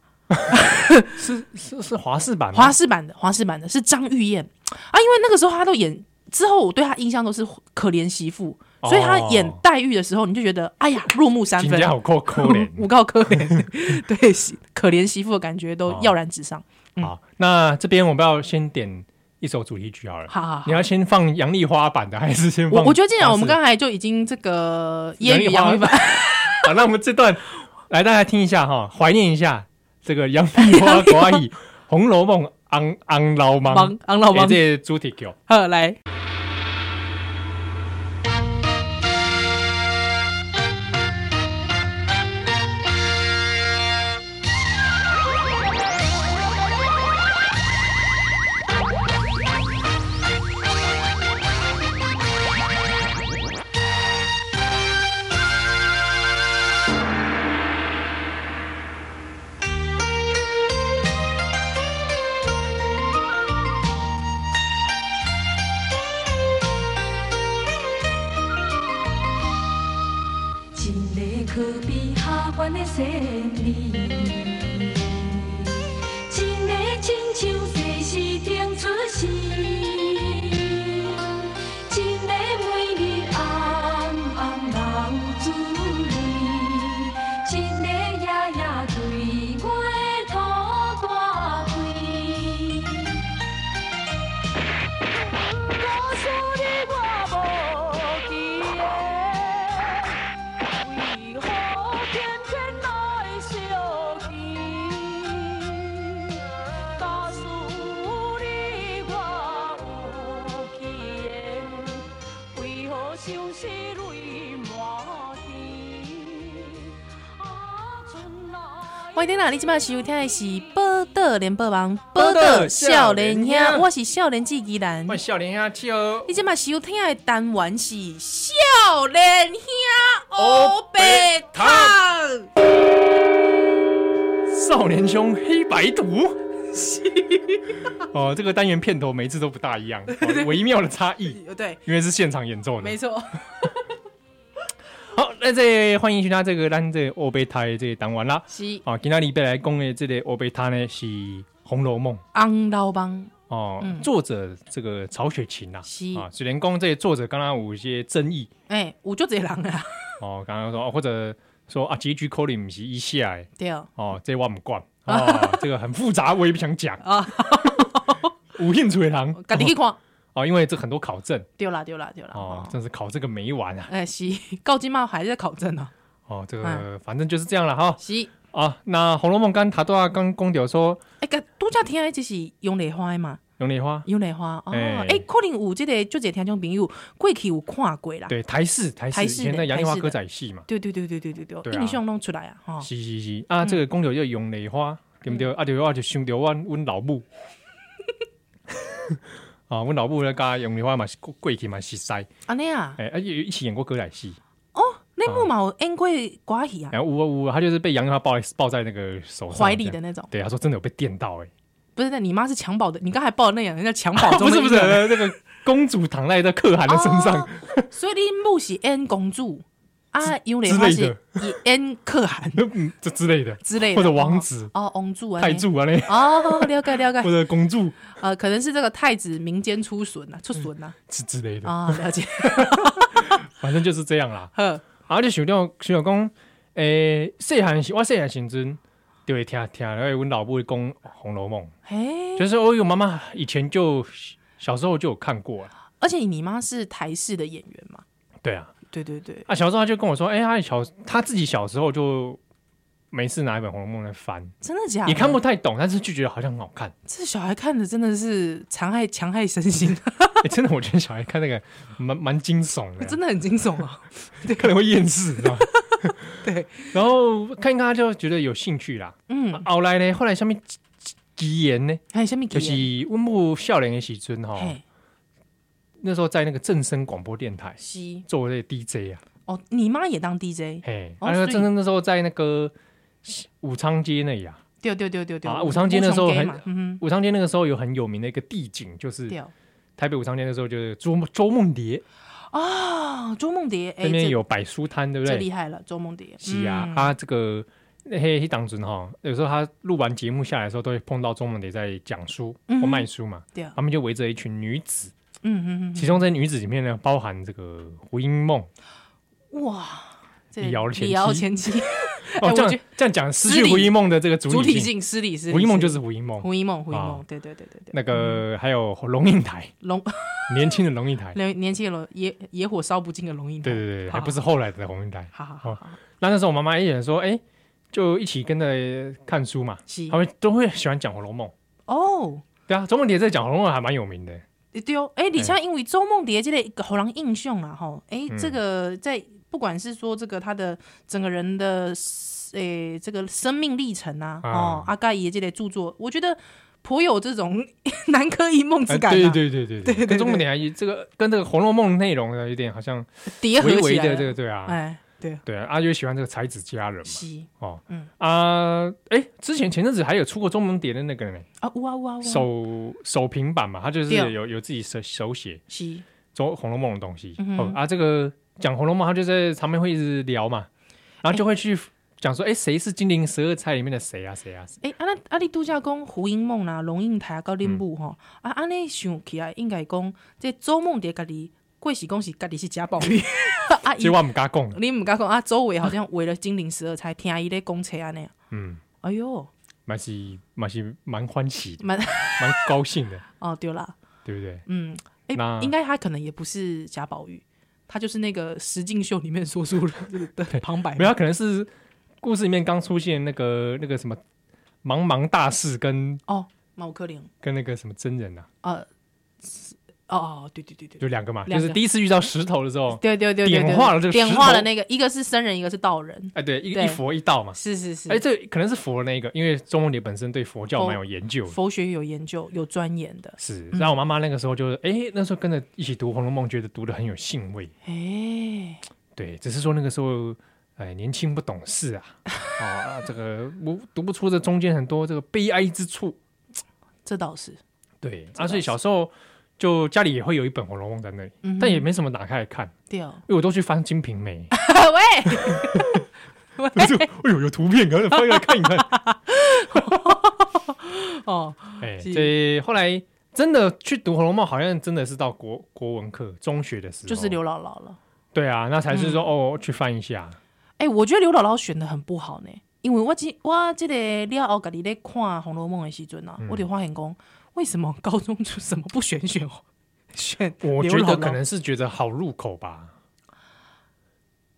Speaker 2: 是是是华视版吗
Speaker 1: 华视版的，华视版的是张玉燕啊，因为那个时候她都演，之后我对她印象都是可怜媳妇，所以她
Speaker 2: 哦
Speaker 1: 演黛玉的时候，你就觉得哎呀入木三
Speaker 2: 金
Speaker 1: 分啊嗯
Speaker 2: 家，好扣扣脸
Speaker 1: 五告可怜， 对，媳可怜媳妇的感觉都
Speaker 2: 哦
Speaker 1: 耀然纸上。嗯
Speaker 2: 好，那这边我们要先点一首主题曲好了。
Speaker 1: 好好好
Speaker 2: 你。要先放杨丽花版的，还是先
Speaker 1: 我
Speaker 2: 放？
Speaker 1: 我觉得，既然我们
Speaker 2: 华视
Speaker 1: 刚才就已经这个
Speaker 2: 杨
Speaker 1: 烟
Speaker 2: 丽
Speaker 1: 雨
Speaker 2: 花
Speaker 1: 洋芋粉，
Speaker 2: 好，那我们这段来大家听一下哈，怀念一下这个杨 丽花国阿姨《红楼梦》昂昂老
Speaker 1: 忙
Speaker 2: 忙，
Speaker 1: 昂老
Speaker 2: 哎
Speaker 1: 忙
Speaker 2: 这，些主题曲。
Speaker 1: 好来，
Speaker 3: 一个可比下阮的仙女，一个亲像世事定出世，一个每日暗暗流珠泪，一个夜夜对我的土大腿。我诉你我无记的。为何偏偏来相见？假使有你我有见，为何相思泪满天？啊，春来。
Speaker 1: 欢迎啦！你今晚收听的是《报道联播网》，
Speaker 2: 报
Speaker 1: 报
Speaker 2: 道
Speaker 1: 道
Speaker 2: 少
Speaker 1: 少
Speaker 2: 年
Speaker 1: 年
Speaker 2: 兄
Speaker 1: 兄，我是少年纪依然。
Speaker 2: 喂，笑脸下去哦
Speaker 1: 你，今晚收听的单元是《少年兄欧白汤》，
Speaker 2: 少年兄黑白毒。 哦，这个单元片头每一次都不大一样，哦微妙的差异，
Speaker 1: 对，
Speaker 2: 因为是现场演奏的
Speaker 1: 没。错，
Speaker 2: 好，那这欢迎去他这个咱这欧贝台这个单元啦。
Speaker 1: 是
Speaker 2: 啊，今天礼拜来讲的这个欧贝塔呢是《红楼梦》
Speaker 1: 昂老帮，
Speaker 2: 哦，
Speaker 1: 嗯
Speaker 2: 作者这个曹雪芹呐、
Speaker 1: 是
Speaker 2: 啊，水帘宫这些作者刚刚有一些争议
Speaker 1: 哎，我就这人啊，
Speaker 2: 哦，刚刚说、哦或者说啊结局可能不是一下的
Speaker 1: 对哦，
Speaker 2: 哦，这我不管 哦，这个很复杂，我也不想讲
Speaker 1: 啊，
Speaker 2: 无兴趣的人
Speaker 1: 赶紧去看，
Speaker 2: 哦，因为这很多考证
Speaker 1: 对啦对啦对啦，
Speaker 2: 哦
Speaker 1: 哦，
Speaker 2: 真是考这个没完啊
Speaker 1: 哎是，到今嘛还在考证呢，
Speaker 2: 哦，这个
Speaker 1: 啊
Speaker 2: 反正就是这样了哈
Speaker 1: 是。
Speaker 2: 啊。那《红楼梦》刚塔多亚刚公屌说
Speaker 1: 哎、欸，拄则听的就是用梨花的嘛，
Speaker 2: 杨丽花，
Speaker 1: 杨丽花哦，
Speaker 2: 哎
Speaker 1: 诶，可能有这个就这听众朋友过去有看过啦，
Speaker 2: 对台式台
Speaker 1: 台
Speaker 2: 式，以
Speaker 1: 式
Speaker 2: 前
Speaker 1: 的
Speaker 2: 的杨丽
Speaker 1: 台
Speaker 2: 花
Speaker 1: 式
Speaker 2: 歌
Speaker 1: 的
Speaker 2: 仔戏嘛，
Speaker 1: 对对对对对对对，
Speaker 2: 对啊
Speaker 1: 印象弄出来啊，吼，
Speaker 2: 是是是啊，这个讲到这个杨丽花，对不
Speaker 1: 嗯
Speaker 2: 对？啊，对，我就想到阮阮老母， 啊，阮老母咧甲杨丽花嘛是过过去嘛是识，
Speaker 1: 安尼啊，
Speaker 2: 哎，啊有一起演过歌仔戏，
Speaker 1: 内
Speaker 2: 啊
Speaker 1: 幕嘛有演过歌戏啊，
Speaker 2: 然后呜啊呜啊，他就是被杨丽花抱抱在那个手上
Speaker 1: 怀里
Speaker 2: 这
Speaker 1: 的
Speaker 2: 样，
Speaker 1: 那种，
Speaker 2: 对，他说真的有被电到哎，
Speaker 1: 不是，那你妈是襁褓的，你刚才抱的那样，人家襁 褓中啊
Speaker 2: 不
Speaker 1: 的
Speaker 2: 是不是，
Speaker 1: 婴儿，
Speaker 2: 呃这个公主躺在这可汗的身上，
Speaker 1: 哦所以你母是演公主啊，杨丽
Speaker 2: 之
Speaker 1: 花
Speaker 2: 类
Speaker 1: 是演可 汗
Speaker 2: 嗯，这之类的，
Speaker 1: 之类的，
Speaker 2: 或者王子
Speaker 1: 哦，哦王子啊，
Speaker 2: 太柱啊嘞，
Speaker 1: 哦，了解 了解
Speaker 2: 或，者公主
Speaker 1: 呃，可能是这个太子民间出笋呐，出笋呐，
Speaker 2: 之之类的，
Speaker 1: 啊，了解，
Speaker 2: 反正就是这样啦。
Speaker 1: 呵，
Speaker 2: 啊，就想到想到讲，诶，细汉时我细汉时阵就会听听，然后阮老母会讲《红楼梦
Speaker 1: 哎》，，
Speaker 2: 就是哦哟，妈妈以前就小时候就有看过啊。
Speaker 1: 而且你妈是台式的演员嘛，
Speaker 2: 对啊，
Speaker 1: 对对对，
Speaker 2: 啊，小时候她就跟我说，哎、她小她自己小时候就没事拿一本《红楼梦》来翻，
Speaker 1: 真的假的？
Speaker 2: 也看不太懂，但是就觉得好像很好看。
Speaker 1: 这小孩看的真的是残害 强害身心，啊
Speaker 2: 诶真的，我觉得小孩看那个蛮蛮惊悚的，
Speaker 1: 真的很惊悚 啊！
Speaker 2: 可能会厌世，你知道吗？
Speaker 1: 对，
Speaker 2: 然后看一看她就觉得有兴趣啦。
Speaker 1: 嗯，
Speaker 2: 后来呢，后来下面吉言呢，
Speaker 1: 还有什么
Speaker 2: 就
Speaker 1: 给？
Speaker 2: 是哦温布笑脸的时阵哈，
Speaker 1: 嘿，
Speaker 2: 那时候在那个正声广播电台
Speaker 1: 西
Speaker 2: 做那个 DJ 啊，
Speaker 1: 哦，你妈也当 DJ，
Speaker 2: 嘿，
Speaker 1: 哦
Speaker 2: 啊，那
Speaker 1: 所
Speaker 2: 个
Speaker 1: 以
Speaker 2: 正声那时候在那个武昌街那里啊，
Speaker 1: 对对对对对，
Speaker 2: 啊武昌街那时
Speaker 1: 武
Speaker 2: 候
Speaker 1: 昌街
Speaker 2: 很
Speaker 1: 嘛嗯
Speaker 2: 武昌街那个时候有很有名的一个地景，就是
Speaker 1: 哼，对哦
Speaker 2: 台北武昌街那时候就是周周梦蝶
Speaker 1: 啊，周梦蝶，哎，
Speaker 2: 那边
Speaker 1: 这
Speaker 2: 有摆书摊，对不
Speaker 1: 这
Speaker 2: 对？
Speaker 1: 厉害了，周梦蝶，
Speaker 2: 是啊
Speaker 1: 嗯，
Speaker 2: 啊，这个那黑黑党准哈，有时候他录完节目下来的时候，都会碰到周梦蝶在讲书
Speaker 1: 嗯
Speaker 2: 或卖书嘛，
Speaker 1: 对啊，
Speaker 2: 他们就围着一群女子，
Speaker 1: 嗯嗯
Speaker 2: 其中这些女子里面呢，包含这个胡因梦。
Speaker 1: 嗯，哇，这
Speaker 2: 李敖的前妻
Speaker 1: 李敖前妻， 哎
Speaker 2: 哦，这
Speaker 1: 我觉
Speaker 2: 样这样讲，失
Speaker 1: 失
Speaker 2: 去
Speaker 1: 礼
Speaker 2: 胡因梦的这个 主
Speaker 1: 主
Speaker 2: 体
Speaker 1: 体
Speaker 2: 性，
Speaker 1: 性失礼是
Speaker 2: 胡因梦就是是胡因梦，
Speaker 1: 胡一梦，胡一梦
Speaker 2: 啊，
Speaker 1: 对对对对对，
Speaker 2: 那个还有龙应台，
Speaker 1: 龙，
Speaker 2: 年轻的龙应台
Speaker 1: 年年轻 的龙野野火烧不尽的龙应台，
Speaker 2: 对对对，
Speaker 1: 好
Speaker 2: 还不是后来的龙应台。
Speaker 1: 好好好好，好
Speaker 2: 那那时候我妈妈也想说，哎，就一起跟着看书嘛，
Speaker 1: 是
Speaker 2: 他们都会喜欢讲《红楼梦》。
Speaker 1: 哦。
Speaker 2: 对啊，周梦蝶在讲《红楼梦》还蛮有名的。
Speaker 1: 对哦，哎、李像因为周梦蝶这个互人印象啦，吼，哎、
Speaker 2: 嗯
Speaker 1: 这个在不管是说这个他的整个人的，诶、这个生命历程啊，
Speaker 2: 啊
Speaker 1: 哦，阿盖爷这类著作，我觉得颇有这种 南柯一梦之
Speaker 2: 哎
Speaker 1: 感、啊
Speaker 2: 对对对对
Speaker 1: 对对
Speaker 2: 对，跟周梦蝶还有这个跟这个《红楼梦》内容呢有点好像
Speaker 1: 叠合
Speaker 2: 微
Speaker 1: 起
Speaker 2: 微
Speaker 1: 来了，
Speaker 2: 的这个对啊，
Speaker 1: 哎，对，
Speaker 2: 对啊，啊就喜欢这个才子佳人嘛。
Speaker 1: 是
Speaker 2: 哦，
Speaker 1: 嗯
Speaker 2: 啊，哎，之前前阵子还有出过周梦蝶的那个呢。
Speaker 1: 啊，呜啊呜啊呜啊，
Speaker 2: 手手平板嘛，他就是
Speaker 1: 对
Speaker 2: 有有自己手手写
Speaker 1: 是
Speaker 2: 中《红楼梦》的东西。
Speaker 1: 嗯
Speaker 2: 哦
Speaker 1: 哼
Speaker 2: 啊，这个讲《红楼梦》，他就在旁边会一直聊嘛，然后就会去讲说，哎、谁是金陵十二钗里面的谁啊，谁啊？谁
Speaker 1: 诶、啊咱啊，你度假讲胡因梦啦、龙应台啊、高林
Speaker 2: 嗯
Speaker 1: 母吼，啊，安尼想起来应该讲，这周梦蝶家己，贵是讲是家己是贾宝玉， 啊，伊
Speaker 2: 结果我们跟他讲了，
Speaker 1: 你毋敢讲啊，周围好像围了金陵十二钗，听伊咧讲车安尼。
Speaker 2: 嗯，
Speaker 1: 哎哟，
Speaker 2: 蛮是蛮是蛮欢喜的，
Speaker 1: 蛮
Speaker 2: 蛮高兴的，
Speaker 1: 哦对啦，
Speaker 2: 对不对？
Speaker 1: 嗯，诶，
Speaker 2: 那
Speaker 1: 应该他可能也不是贾宝玉，他就是那个石敬秀里面说书 人的旁白
Speaker 2: 没。有，啊他可能是故事里面刚出现那个那个什么茫茫大事跟
Speaker 1: 哦，毛可怜，
Speaker 2: 跟那个什么真人啊，
Speaker 1: 呃，哦哦，对对对对
Speaker 2: 就。两个嘛，
Speaker 1: 两个
Speaker 2: 就是第一次遇到石头的时候，
Speaker 1: 对对对对对，
Speaker 2: 点化了这个石头
Speaker 1: 点化了那个，一个是僧人，一个是道 人，
Speaker 2: 哎，对，一
Speaker 1: 对
Speaker 2: 一佛一道嘛，
Speaker 1: 是是是，
Speaker 2: 哎，这可能是佛的那一个，因为周梦蝶本身对佛教蛮有研究的。
Speaker 1: 佛学有研究、有钻研的，
Speaker 2: 是，
Speaker 1: 嗯
Speaker 2: 然后我妈妈那个时候就是，哎、那时候跟着一起读《红楼梦》，觉得读的很有兴味。
Speaker 1: 哎，
Speaker 2: 对，只是说那个时候，哎，年轻不懂事啊，哦啊，这个我读不出这中间很多这个悲哀之处。
Speaker 1: 这倒是，
Speaker 2: 对，
Speaker 1: 倒
Speaker 2: 啊，所以小时候就家里也会有一本《红楼梦》在那里，
Speaker 1: 嗯哼
Speaker 2: 但也没什么打开来看，
Speaker 1: 对 哦。
Speaker 2: 因为我都去翻《金瓶梅》
Speaker 1: 喂，
Speaker 2: 我就，哎呦，有图片，赶快翻开来 看一看。
Speaker 1: 哦，
Speaker 2: 哎，
Speaker 1: 是
Speaker 2: 所以后来真的去读《红楼梦》，好像真的是到国国文课中学的时候，
Speaker 1: 就是刘姥姥了。
Speaker 2: 对啊，那才
Speaker 1: 嗯
Speaker 2: 是说、哦，去翻一下。
Speaker 1: 哎、我觉得刘姥姥选的很不好呢，因为我记我这个了后，家己咧看《红楼梦》的时阵
Speaker 2: 嗯
Speaker 1: 啊，我就发现讲，为什么高中出什么不选选选
Speaker 2: 我
Speaker 1: 刘
Speaker 2: 觉
Speaker 1: 姥
Speaker 2: 得
Speaker 1: 姥
Speaker 2: 可能，是觉得好入口吧。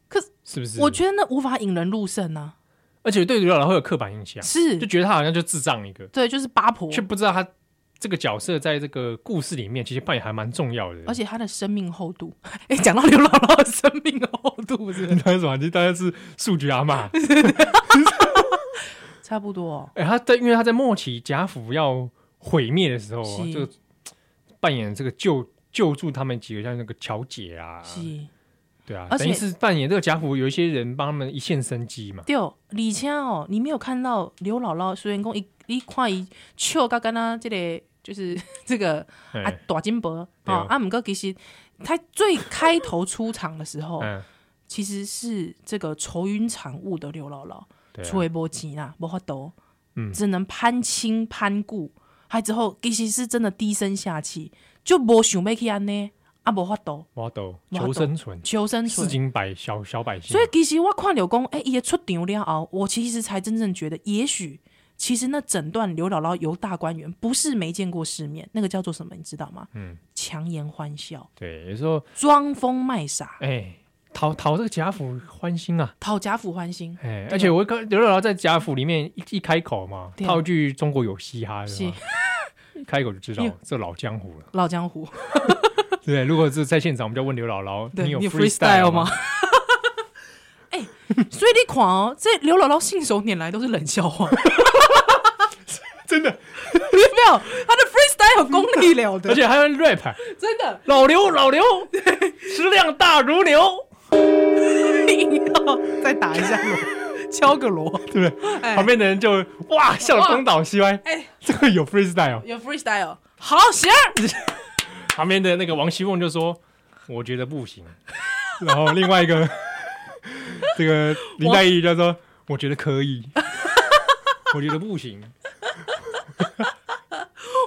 Speaker 1: 可是
Speaker 2: 是不是？
Speaker 1: 我觉得那无法引人入胜啊，
Speaker 2: 而且对刘姥姥会有刻板印象，
Speaker 1: 是
Speaker 2: 就，觉得她好像就智障一个，
Speaker 1: 对，就是八婆，
Speaker 2: 却不知道她这个角色在这个故事里面其实扮演还蛮重要的。
Speaker 1: 而且他的生命厚度， 哎、讲到刘姥姥的生命厚度，是不
Speaker 2: 你
Speaker 1: 是
Speaker 2: 当然什么？你当然是数据 阿妈。
Speaker 1: 差不多、哦？
Speaker 2: 哎、他在因为他在末期贾府要毁灭的时候啊，
Speaker 1: 是
Speaker 2: 就扮演这个救救助他们几个，像那个乔姐啊，
Speaker 1: 是
Speaker 2: 对啊，
Speaker 1: 而
Speaker 2: 等于
Speaker 1: 且
Speaker 2: 是扮演这个贾府有一些人帮他们一线生机嘛。
Speaker 1: 对，而且哦，你没有看到刘姥姥，虽然讲伊，你看伊笑到敢若即个就是 这个
Speaker 2: 哎
Speaker 1: 啊大金箔
Speaker 2: 对
Speaker 1: 哦
Speaker 2: 哦，
Speaker 1: 啊毋过其实他最开头出场的时候，
Speaker 2: 嗯，
Speaker 1: 其实是这个愁云惨雾的刘姥姥，
Speaker 2: 对、
Speaker 1: 出
Speaker 2: 啊，
Speaker 1: 一波钱啦，无法度，
Speaker 2: 嗯
Speaker 1: 只能攀亲攀故，还之后其实是真的低声下气，就无想要去安尼，啊无法度
Speaker 2: model
Speaker 1: 法
Speaker 2: 求
Speaker 1: 度
Speaker 2: 生存，
Speaker 1: 求生
Speaker 2: 市
Speaker 1: 存。
Speaker 2: 井百小小百姓
Speaker 1: 所以。其实我看了讲，哎、伊的出场了后，我其实才真正觉得，也许其实那整段刘姥姥游大观园不是没见过世面，那个叫做什么，你知道吗？
Speaker 2: 嗯，
Speaker 1: 强颜欢笑，
Speaker 2: 对，有时候
Speaker 1: 装疯卖傻，
Speaker 2: 哎、讨讨这个贾府欢心啊。
Speaker 1: 讨贾府欢 心。
Speaker 2: 哎，而且我刚刘姥姥在贾府里面一一开口嘛，
Speaker 1: 啊对啊
Speaker 2: 套一句“中国有嘻哈”
Speaker 1: 是
Speaker 2: 是吗？一开口就知道
Speaker 1: 因为
Speaker 2: 这老江湖了。
Speaker 1: 老江湖，
Speaker 2: 对，如果是在现场，我们就问刘姥姥：“
Speaker 1: 对
Speaker 2: 有
Speaker 1: 你有
Speaker 2: freestyle
Speaker 1: freestyle 吗？”所以你看哦，这刘姥姥信手拈来都是冷笑 话，有
Speaker 2: 真的，
Speaker 1: 没有？他的 freestyle 有功力了
Speaker 2: 而
Speaker 1: 的，
Speaker 2: 且还有 rap，
Speaker 1: 真的
Speaker 2: 老 刘老刘，食量大如牛，
Speaker 1: 硬要再打一下锣，敲个锣。
Speaker 2: 对不对？
Speaker 1: 哎
Speaker 2: 旁边的人就哇笑得东倒西歪。
Speaker 1: 哎，
Speaker 2: 这个有 freestyle。
Speaker 1: 有 freestyle，好行，
Speaker 2: 旁边的那个王熙凤就说：“我觉得不行。” 然后另外一个 这个林黛玉就说：“我觉得可以。” 我觉得不行。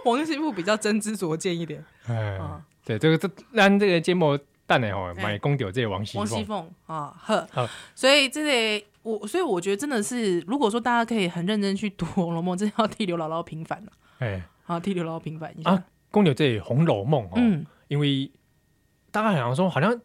Speaker 1: 王熙凤比较真知灼见一点。
Speaker 2: 哎
Speaker 1: 哦，
Speaker 2: 对，这个这咱这个节目蛋奶吼，
Speaker 1: 哎
Speaker 2: 买公掉这个王熙
Speaker 1: 王熙
Speaker 2: 凤，
Speaker 1: 凤啊，呵
Speaker 2: 好，
Speaker 1: 所以这个我，所以我觉得真的是，如果说大家可以很认真去读《红楼梦》，真的要替刘姥姥平反了
Speaker 2: 哎
Speaker 1: 啊，替刘姥姥平反一下。
Speaker 2: 啊，公掉这个红楼梦哦，
Speaker 1: 嗯，
Speaker 2: 因为大家好像说，好像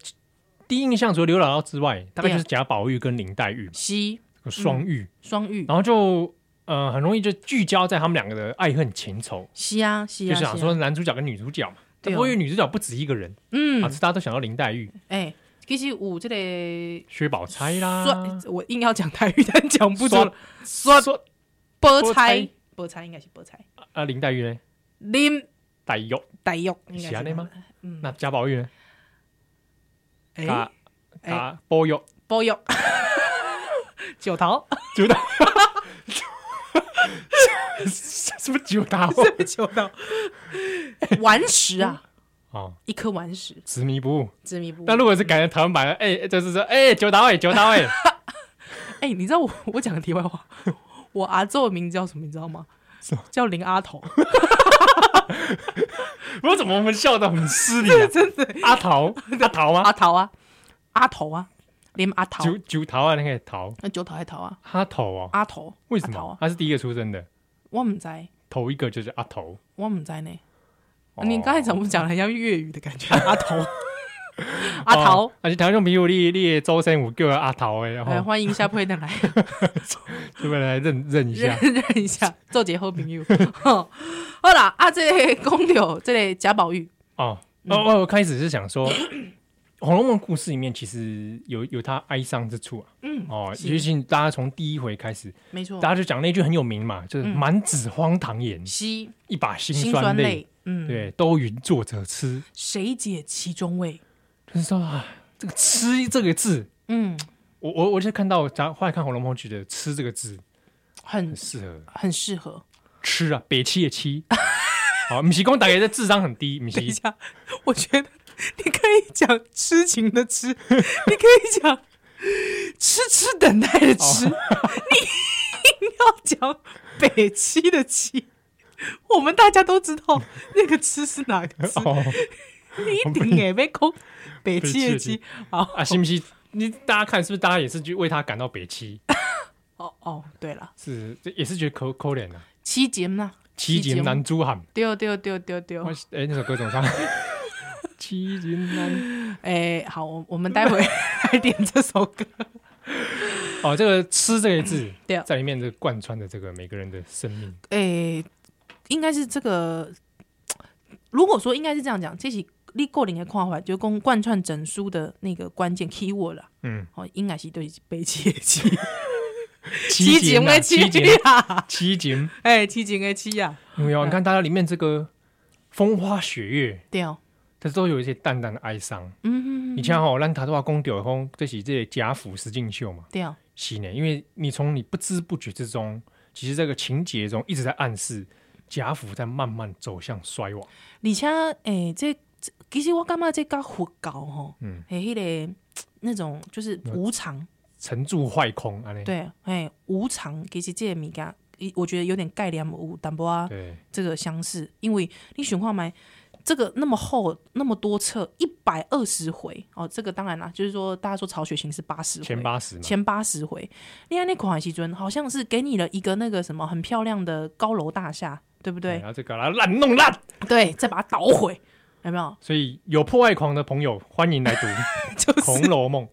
Speaker 2: 第一印象除了刘姥姥之
Speaker 1: 嗯
Speaker 2: 外，大概就是贾宝玉跟林黛玉嘛
Speaker 1: 西
Speaker 2: 这个双玉，
Speaker 1: 双玉，
Speaker 2: 然后就呃很容易就聚焦在他们两个的爱恨情仇，
Speaker 1: 西啊西
Speaker 2: 就
Speaker 1: 啊，
Speaker 2: 是想
Speaker 1: 西啊
Speaker 2: 说男主角跟女主角嘛。
Speaker 1: 对哦
Speaker 2: 不过因为女主角不止一个人，啊，
Speaker 1: 嗯，
Speaker 2: 大家都想到林黛玉、
Speaker 1: 哎，其实有这个
Speaker 2: 薛宝钗啦，
Speaker 1: 酸，我硬要讲台语，但讲不出
Speaker 2: 酸
Speaker 1: 酸
Speaker 2: 说
Speaker 1: 菠
Speaker 2: 菜
Speaker 1: 菜，菠菜应该是菠菜，
Speaker 2: 啊，林黛玉呢，
Speaker 1: 林
Speaker 2: 黛玉，
Speaker 1: 黛玉应
Speaker 2: 是
Speaker 1: 该
Speaker 2: 安尼
Speaker 1: 是
Speaker 2: 吗？
Speaker 1: 嗯，
Speaker 2: 那贾宝玉呢，
Speaker 1: 哎，
Speaker 2: 贾贾宝玉。
Speaker 1: 波玉， 九桃，
Speaker 2: 九大，什么九大祸
Speaker 1: 九桃， 顽石啊。
Speaker 2: 哦，
Speaker 1: 一颗顽石，
Speaker 2: 执迷不悟。
Speaker 1: 执迷不悟。
Speaker 2: 那如果是改成台湾版的，哎，就是说，哎，九大位，九大 位，
Speaker 1: 哎、你知道我我讲个题外话， 我阿昼的名字叫什么？你知道吗
Speaker 2: 什么？
Speaker 1: 叫林阿头，
Speaker 2: 我怎么我们笑得很 失礼啊？真的，阿桃，阿桃
Speaker 1: 阿
Speaker 2: 吗？
Speaker 1: 头啊，阿头啊，林阿头，
Speaker 2: 九九桃啊，那个桃，
Speaker 1: 那九头还头啊，
Speaker 2: 阿头哦，
Speaker 1: 阿头，
Speaker 2: 为什
Speaker 1: 阿头
Speaker 2: 么
Speaker 1: 啊？？
Speaker 2: 他是第一个出生的，
Speaker 1: 我唔知，
Speaker 2: 头一个就是阿头。
Speaker 1: 我唔知呢。
Speaker 2: 哦
Speaker 1: 啊你刚才怎么讲的很像粤语的感 觉？阿头， 阿头
Speaker 2: 哦，而且台湾用比如你你的周深，我叫阿桃哎，然
Speaker 1: 哎，
Speaker 2: 后
Speaker 1: 欢迎下坡的来
Speaker 2: 这边来认 认一下
Speaker 1: 认。 认一下，做节好朋友。 吼好啦，啊，这个公牛，这个贾宝玉，
Speaker 2: 哦哦哦，我开始是想说， 《红楼梦》故事里面其实有有它哀伤之处啊。
Speaker 1: 嗯
Speaker 2: 哦，
Speaker 1: 是哦
Speaker 2: 尤其是大家从第一回开始，
Speaker 1: 没错
Speaker 2: 大，家就讲那句很有名嘛，就是“满纸荒唐言，
Speaker 1: 西
Speaker 2: 一把
Speaker 1: 嗯
Speaker 2: 辛
Speaker 1: 辛
Speaker 2: 酸
Speaker 1: 酸
Speaker 2: 泪
Speaker 1: 泪，，嗯，，
Speaker 2: 对，都云作者痴
Speaker 1: 谁解其中味？”，
Speaker 2: 就是说啊，这个“痴”这个字，
Speaker 1: 嗯，
Speaker 2: 我我我就看到，咱后来看《红楼梦》，觉得“痴”这个字
Speaker 1: 很
Speaker 2: 很适合
Speaker 1: 很适合。
Speaker 2: 吃啊，北七 的七。哦好，米奇公大爷的智商很低，米
Speaker 1: 等一
Speaker 2: 奇
Speaker 1: 下， 我觉得你可以讲痴情的 痴，你可以讲痴痴等待的痴， 你硬要讲北七的七。我们大家都知 道那个“痴”是哪个“痴
Speaker 2: 哦，”，
Speaker 1: 你一定也被空 北七的七。好，
Speaker 2: 啊，是不是？你大家看是不是大家也是就为他感到 北七？
Speaker 1: 哦哦，对了，
Speaker 2: 是，这也是觉得可可怜啊。
Speaker 1: 七节呢？
Speaker 2: 七情难珠喊，
Speaker 1: 对对对对对。
Speaker 2: 我哎、那首歌 怎么唱？七情难
Speaker 1: 哎，好，我我们待会 来点这首歌。，
Speaker 2: 哦，这个“吃”这个字
Speaker 1: 对啊
Speaker 2: 在里面这个贯穿着这个每个人的生命。
Speaker 1: 诶、应该是这个如果说应该是这样讲，这是你个人的看法，就讲贯穿整书的那个关键 keyword 啦，
Speaker 2: 嗯，
Speaker 1: 哦，应该是对悲切气，
Speaker 2: 七
Speaker 1: 情
Speaker 2: 景啊，
Speaker 1: 的
Speaker 2: 七
Speaker 1: 七
Speaker 2: 景，
Speaker 1: 啊，
Speaker 2: 七景，
Speaker 1: 哎，七情的七啊，
Speaker 2: 没有，你看大家里面这个风花雪月，
Speaker 1: 对哦，
Speaker 2: 但是都有一些淡淡的哀伤。
Speaker 1: 嗯，
Speaker 2: 以前吼，咱塔多瓦公掉后，这是这些贾府石敬秀嘛，
Speaker 1: 对哦，
Speaker 2: 是呢，因为你从你不知不觉之中，其实这个情节中一直在暗示贾府在慢慢走向衰亡。
Speaker 1: 而且哎，这这其实我感觉这跟佛教吼，
Speaker 2: 嗯，
Speaker 1: 哎，迄个那种就是无常，
Speaker 2: 沉住坏空啊，
Speaker 1: 对，哎，无常，其实这个物件，伊我觉得有点概念有淡薄啊。
Speaker 2: 对，
Speaker 1: 这个相似，因为你选话买这个那么厚那么多册，一百二十回哦，这个当然啦，就是说大家说曹雪芹是八十回，
Speaker 2: 前八十嘛，
Speaker 1: 前八十回，你看那款西尊好像是给你了一个那个什么很漂亮的高楼大厦，对不对
Speaker 2: 然？哎后这个啦烂弄烂，
Speaker 1: 对，再把它捣毁，有没有？
Speaker 2: 所以有破坏狂的朋友欢迎来读
Speaker 1: 就
Speaker 2: 《红
Speaker 1: 是
Speaker 2: 楼梦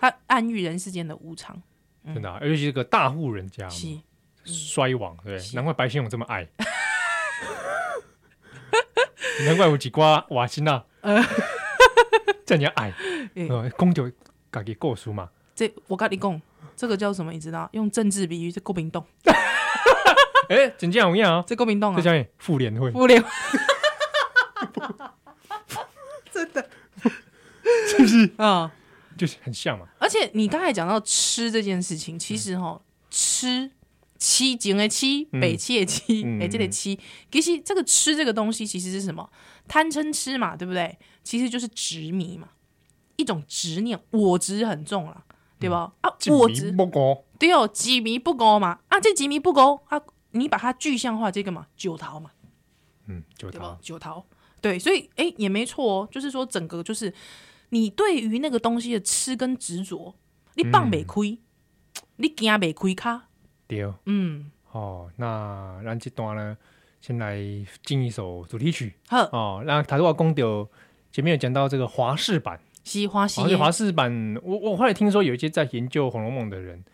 Speaker 1: 它暗喻人世间的无常，》，
Speaker 2: 真的啊、尤其是个大户人家嘛，
Speaker 1: 是嗯
Speaker 2: 衰亡，对，
Speaker 1: 是
Speaker 2: 难怪白先勇这么爱， 难怪有几瓜瓦 辛娜，这样爱，
Speaker 1: 嗯
Speaker 2: 呃，公就自己故事嘛，
Speaker 1: 这我跟你讲，这个叫什么？你知道？用政治比喻，这郭明洞，
Speaker 2: 哎，真正有影啊，
Speaker 1: 这郭明洞
Speaker 2: 这
Speaker 1: 啊，
Speaker 2: 叫咩妇联会，
Speaker 1: 不联
Speaker 2: 是不是
Speaker 1: 啊。
Speaker 2: 就是很像嘛？
Speaker 1: 而且你刚才讲到吃这件事情，其实哈，吃七景的七，
Speaker 2: 嗯
Speaker 1: 北七的七，
Speaker 2: 嗯
Speaker 1: 哎、这里七，其实这个吃这个东西其实是什么？贪嗔痴嘛，对不对？其实就是执迷嘛，一种执念，我执很重啦，对吧？啊，我
Speaker 2: 嗯执
Speaker 1: 执
Speaker 2: 不过，
Speaker 1: 对哦，执迷不悟嘛，啊，这执迷不悟啊，你把它具象化，这个嘛，九桃嘛。
Speaker 2: 嗯，就
Speaker 1: 对吧
Speaker 2: 他？，
Speaker 1: 九桃，对，所以哎、诶也没错哦，就是说整个就是你对于那个东西的吃跟执着，你
Speaker 2: 嗯
Speaker 1: 放没亏，你惊没亏卡，
Speaker 2: 对，
Speaker 1: 嗯，
Speaker 2: 哦，那咱这段呢，先来进一首主题曲
Speaker 1: 呵，
Speaker 2: 哦。那塔多瓦公就前面有讲到这个华氏版。
Speaker 1: 西花西
Speaker 2: 而且华氏版，我我后来听说有一些在研究《红楼梦》的人，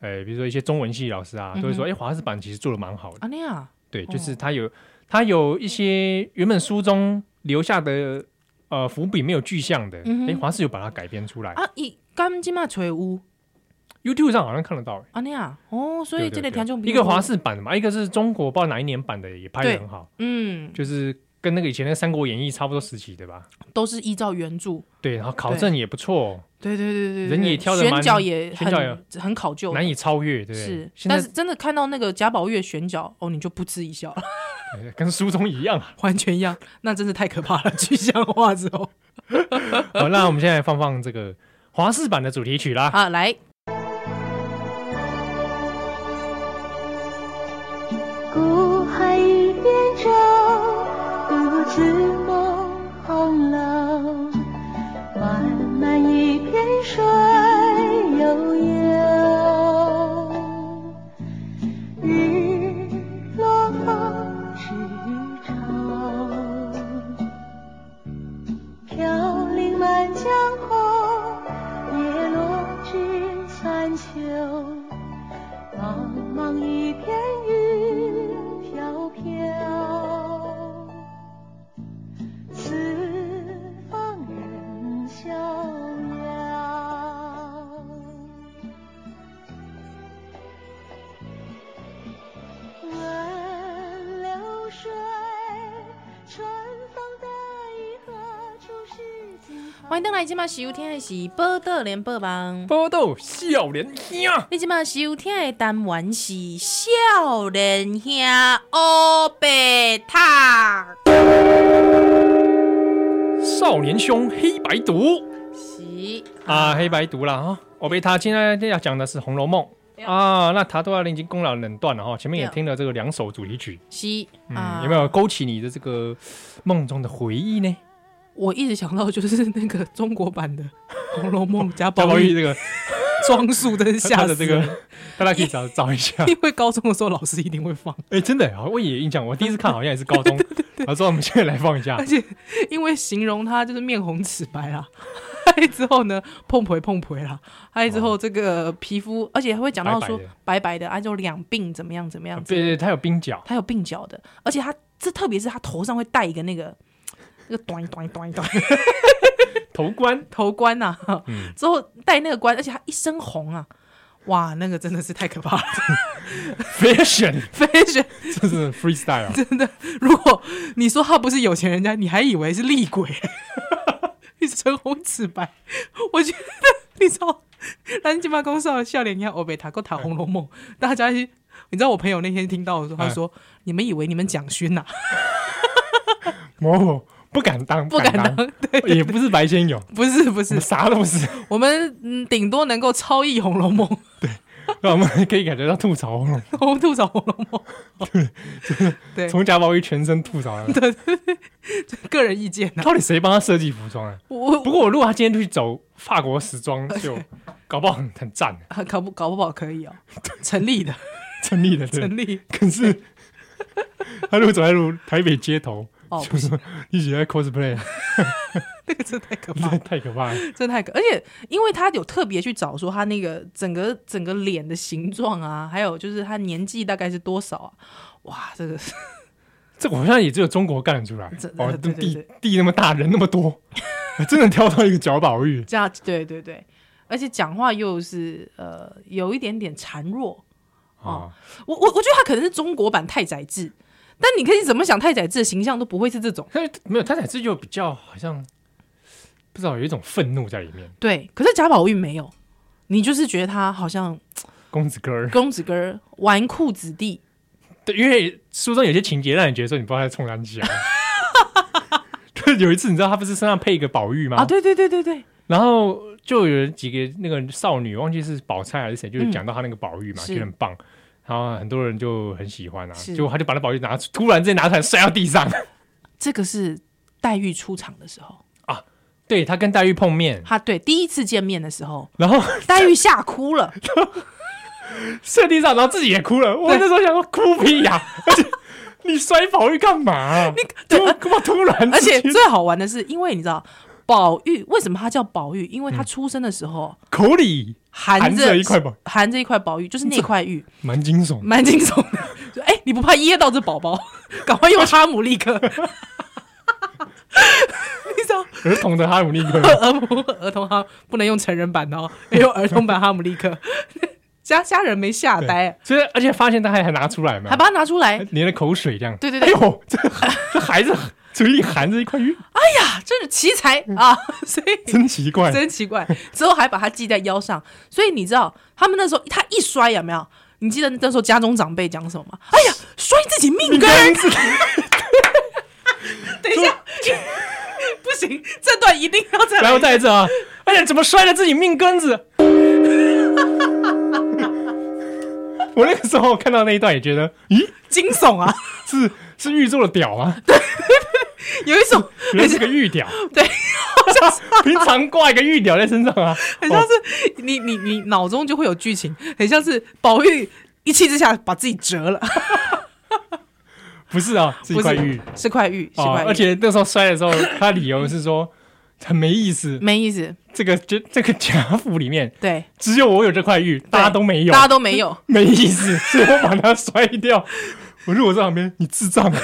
Speaker 2: 哎、比如说一些中文系老师
Speaker 1: 嗯
Speaker 2: 啊，都会说，哎、华氏版其实做的蛮好的。
Speaker 1: 啊那样，
Speaker 2: 对，就是它有它有一些原本书中留下的呃伏笔没有具象的，哎、
Speaker 1: 嗯哼
Speaker 2: 华氏有把它改编出来、
Speaker 1: 啊伊干即嘛揣有
Speaker 2: y o u t u b e 上好像看得到、哎
Speaker 1: 啊那样，哦，所以这个
Speaker 2: 对对
Speaker 1: 听众
Speaker 2: 对
Speaker 1: 朋
Speaker 2: 一
Speaker 1: 友
Speaker 2: 个华，氏版的嘛，一个是中国不知道哪一年版的，也拍
Speaker 1: 对
Speaker 2: 的很好，
Speaker 1: 嗯，
Speaker 2: 就是跟那个以前的《三国演义》差不多时期的吧。
Speaker 1: 都是依照原著。
Speaker 2: 对，然后考证也不错，
Speaker 1: 对对对对对，
Speaker 2: 人
Speaker 1: 对
Speaker 2: 也挑得
Speaker 1: 选
Speaker 2: 蛮
Speaker 1: 角也
Speaker 2: 选角
Speaker 1: 很很考究的，
Speaker 2: 难以超越，对不对？
Speaker 1: 是。
Speaker 2: 现在
Speaker 1: 但是真的看到那个贾宝玉的选角，哦，你就不嗤一笑了。
Speaker 2: 对 跟书中一样啊。
Speaker 1: 完全一样，那真是太可怕了。具象化之后，
Speaker 2: 好，那我们现在放放这个华视版的主题曲 啦。
Speaker 1: 好来，
Speaker 4: 古海一边舟，独自梦红楼。漫漫一片水悠悠，日落枝头，飘零满江红，叶落知三秋。茫茫一片云飘飘，四方人逍遥。问流水，春风得意，何处是今朝？
Speaker 1: 欢迎登来，今晚收听的是《报道联播网》，
Speaker 2: 波豆笑脸兄，啊
Speaker 1: 你今晚收听的单元是《少年兄乌白
Speaker 2: 啊
Speaker 1: 塔》，
Speaker 2: 少年兄黑白毒
Speaker 1: 是
Speaker 2: 啊，黑白毒啦啊！我被他今天要讲的是《红楼梦
Speaker 1: 对》
Speaker 2: 啊，那塔多亚已经功劳冷断了哈，前面也
Speaker 1: 对
Speaker 2: 听了这个两首主题曲，
Speaker 1: 是啊
Speaker 2: 嗯，有没有？勾起你的这个梦中的回忆呢？
Speaker 1: 我一直想到就是那个中国版 的《红楼梦》贾
Speaker 2: 包
Speaker 1: 宝
Speaker 2: 括
Speaker 1: 玉
Speaker 2: 这 个
Speaker 1: 装束，真是
Speaker 2: 他
Speaker 1: 吓
Speaker 2: 的
Speaker 1: 死
Speaker 2: 这
Speaker 1: 人。
Speaker 2: 个，大家可以找找一下。
Speaker 1: 因为高中的时候老师一定会放，
Speaker 2: 哎，真的，我也有印象，我第一次看好像也是高中。他说我们现在来放一下
Speaker 1: 而，且因为形容他就是面红齿白啦， 嗨之后呢碰腿碰腿啦，嗨之后这个皮肤，而且还会讲到说
Speaker 2: 哦白白的
Speaker 1: 白白的，啊就两鬓怎么样怎么样，
Speaker 2: 对对，他有鬓角，
Speaker 1: 他有鬓角的，而且他这特别是他头上会戴一个那个那个短短短短
Speaker 2: 头冠，
Speaker 1: 头冠呐、啊，
Speaker 2: 嗯
Speaker 1: 之后戴那个冠，而且他一身红啊，哇，那个真的是太可怕了
Speaker 2: fashion，
Speaker 1: ，fashion
Speaker 2: 这是 freestyle 啊。
Speaker 1: 真的，如果你说他不是有钱人家，你还以为是厉鬼， 一身红紫白。我觉得你知道，咱金马公少笑脸，你看欧北塔够塔《红楼梦》，
Speaker 2: 哎
Speaker 1: 大家一你知道我朋友那天听到我说，他说、你们以为你们啊蒋勋 呐，
Speaker 2: 哦，不敢当，
Speaker 1: 不敢当
Speaker 2: 当，， 也不是白先勇，
Speaker 1: 不是不
Speaker 2: 我
Speaker 1: 是
Speaker 2: 们，啥都不是，
Speaker 1: 我们嗯顶多能够超译《红楼梦》，
Speaker 2: 让我们可以感觉到吐槽了，
Speaker 1: 我们吐槽《红楼 梦》，对
Speaker 2: 从贾宝玉全身吐槽了。
Speaker 1: 个人意见呐、
Speaker 2: 到底谁帮他设计服装啊？
Speaker 1: 我
Speaker 2: 不过我如果他今天去走法国时装 秀，搞不好很很赞，
Speaker 1: 我搞不搞不好可以哦，成立的
Speaker 2: 成立的对
Speaker 1: 成立，
Speaker 2: 可是 他如果走在路台北街头，
Speaker 1: 哦
Speaker 2: 就说一起 在 cosplay，
Speaker 1: 那个真的太可怕了
Speaker 2: 太。太可怕了。
Speaker 1: 真的太可，而且因为他有特别去找说他那个整个整个脸的形状啊，还有就是他年纪大概是多少啊？哇，这个 是
Speaker 2: 这个好像也只有中国干得出来
Speaker 1: 真。的
Speaker 2: 哦，
Speaker 1: 对对
Speaker 2: 地
Speaker 1: 对。
Speaker 2: 地那么大，人那么多，哎真的挑到一个贾宝玉
Speaker 1: 这样，对对对，而且讲话又是呃有一点点孱弱。哦
Speaker 2: 啊，
Speaker 1: 我我我觉得他可能是中国版太宰治，但你可以怎么想太宰治的形象都不会是这种。
Speaker 2: 他没有，他乃至就比较好像不知道有一种愤怒在里面，
Speaker 1: 对，可是贾宝玉没有，你就是觉得他好像
Speaker 2: 公子哥儿。
Speaker 1: 公子哥儿纨绔子弟，
Speaker 2: 对，因为书中有些情节让你觉得说你不知道他在冲南 啊。 对，有一次你知道他不是身上配一个宝玉吗？
Speaker 1: 啊，对对对对对，
Speaker 2: 然后就有几个那个少女，忘记是宝钗还是谁，就是
Speaker 1: 嗯
Speaker 2: 讲到她那个宝玉嘛，
Speaker 1: 是
Speaker 2: 觉得很棒，然后很多人就很喜欢啊，
Speaker 1: 是
Speaker 2: 结果她就把那宝玉拿出，突然之间拿出来摔到地上，
Speaker 1: 这个是黛玉出场的时候，
Speaker 2: 对她跟黛玉碰面，
Speaker 1: 他对第一次见面的时候，
Speaker 2: 然后
Speaker 1: 黛玉吓哭了，
Speaker 2: 摔地上，然后自己也哭了。我那时候想说哭屁呀、 而且你摔宝玉干嘛、 你
Speaker 1: 对
Speaker 2: 怎么干嘛突然
Speaker 1: 而
Speaker 2: 之
Speaker 1: 且
Speaker 2: 间？
Speaker 1: 最好玩的是，因为你知道宝玉为什么他叫宝玉？因为他出生的时候
Speaker 2: 口里
Speaker 1: 含
Speaker 2: 含
Speaker 1: 着
Speaker 2: 着一块宝，
Speaker 1: 含着一块宝玉，就是那块玉，
Speaker 2: 蛮惊悚的，
Speaker 1: 蛮惊悚的。就哎、你不怕噎到这宝 宝？赶快用哈姆立克。你知道
Speaker 2: 儿童的哈姆立 克
Speaker 1: 儿童儿童哈不能用成人版的哦，要用儿童版哈姆立克。 家家人没吓呆
Speaker 2: 对，，所以而且发现他还还拿出来嘛
Speaker 1: 还，把它拿出来啊！
Speaker 2: 连了口水这样。
Speaker 1: 对对对
Speaker 2: 哎呦，这 这孩子嘴里含着一块玉，
Speaker 1: 哎真是奇才啊！所以
Speaker 2: 真奇怪。
Speaker 1: 真奇怪。之后还把它系在腰上，所以你知道他们那时候他一摔有没有？你记得那时候家中长辈讲什么吗？哎呀，摔自己命根儿！等一下，不行，这段一定要再
Speaker 2: 来，
Speaker 1: 来
Speaker 2: 我再一次啊！哎呀，怎么摔了自己命根子？ 我那个时候看到那一段也觉得，咦，
Speaker 1: 惊悚啊，
Speaker 2: 是是玉做的屌吗？
Speaker 1: 有一种
Speaker 2: 原来是个玉屌，
Speaker 1: 对，好像是。
Speaker 2: 平常挂一个玉屌在身上啊，
Speaker 1: 很像是你你你脑中就会有剧情，很像是宝玉一气之下把自己折了，
Speaker 2: 不是啊，是一
Speaker 1: 不
Speaker 2: 块玉
Speaker 1: 是是块玉，是
Speaker 2: 啊
Speaker 1: 块玉，
Speaker 2: 而且那时候摔的时候，他理由是说很没意思，
Speaker 1: 没意思，
Speaker 2: 这个这这个贾府里面
Speaker 1: 对，
Speaker 2: 只有我有这块玉，大家都没有，
Speaker 1: 大家都没 有，
Speaker 2: 没意思，所以我把它摔掉。我如果在旁边，你智障啊，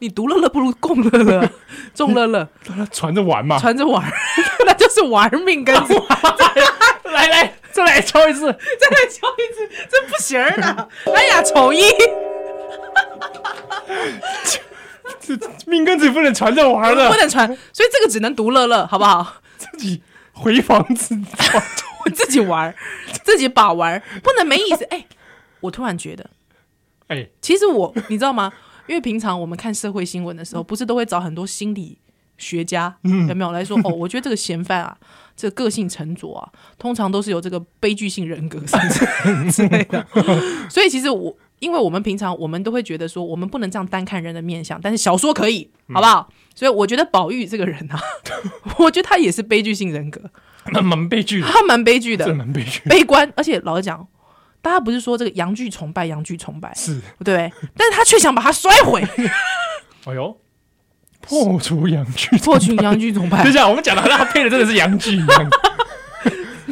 Speaker 1: 你独乐乐不如共乐乐，众乐乐。
Speaker 2: 让它传着玩嘛。
Speaker 1: 传着玩儿， 那就是玩命 跟子，
Speaker 2: 来来，再来敲一次，
Speaker 1: 再来敲一次，这不行儿 的。哎呀，丑一，
Speaker 2: 这命根子不能传着玩的
Speaker 1: 不，能传，所以这个只能独乐乐，好不 好？
Speaker 2: 自己回房 自传。
Speaker 1: 我自己玩儿，自己把玩儿，不能没意思。哎，我突然觉得，
Speaker 2: 哎，
Speaker 1: 其实我， 你知道吗？因为平常我们看社会新闻的时
Speaker 2: 嗯
Speaker 1: 候，不是都会找很多心理学家，有没有 来说？哦，我觉得这个嫌犯啊，这个个性沉着啊，通常都是有这个悲剧性人 格 甚至之类的。所以其实我，因为我们平常我们都会觉得说，我们不能这样单看人的面相，但是小说可以，
Speaker 2: 嗯
Speaker 1: 好不好？所以我觉得宝玉这个人啊， 我觉得他也是悲剧性人 格，
Speaker 2: 蛮蛮 悲剧的，
Speaker 1: 他蛮悲剧
Speaker 2: 真的
Speaker 1: 的，
Speaker 2: 蛮悲剧的。
Speaker 1: 悲观。而且老实讲，大家不是说这个洋剧崇拜，洋剧崇拜，
Speaker 2: 是，
Speaker 1: 对，但是他却想把它摔毁，
Speaker 2: 哎呦，破除阳具，
Speaker 1: 破群。洋剧崇拜
Speaker 2: 等一。下，我们讲的他配的真的是阳具一样，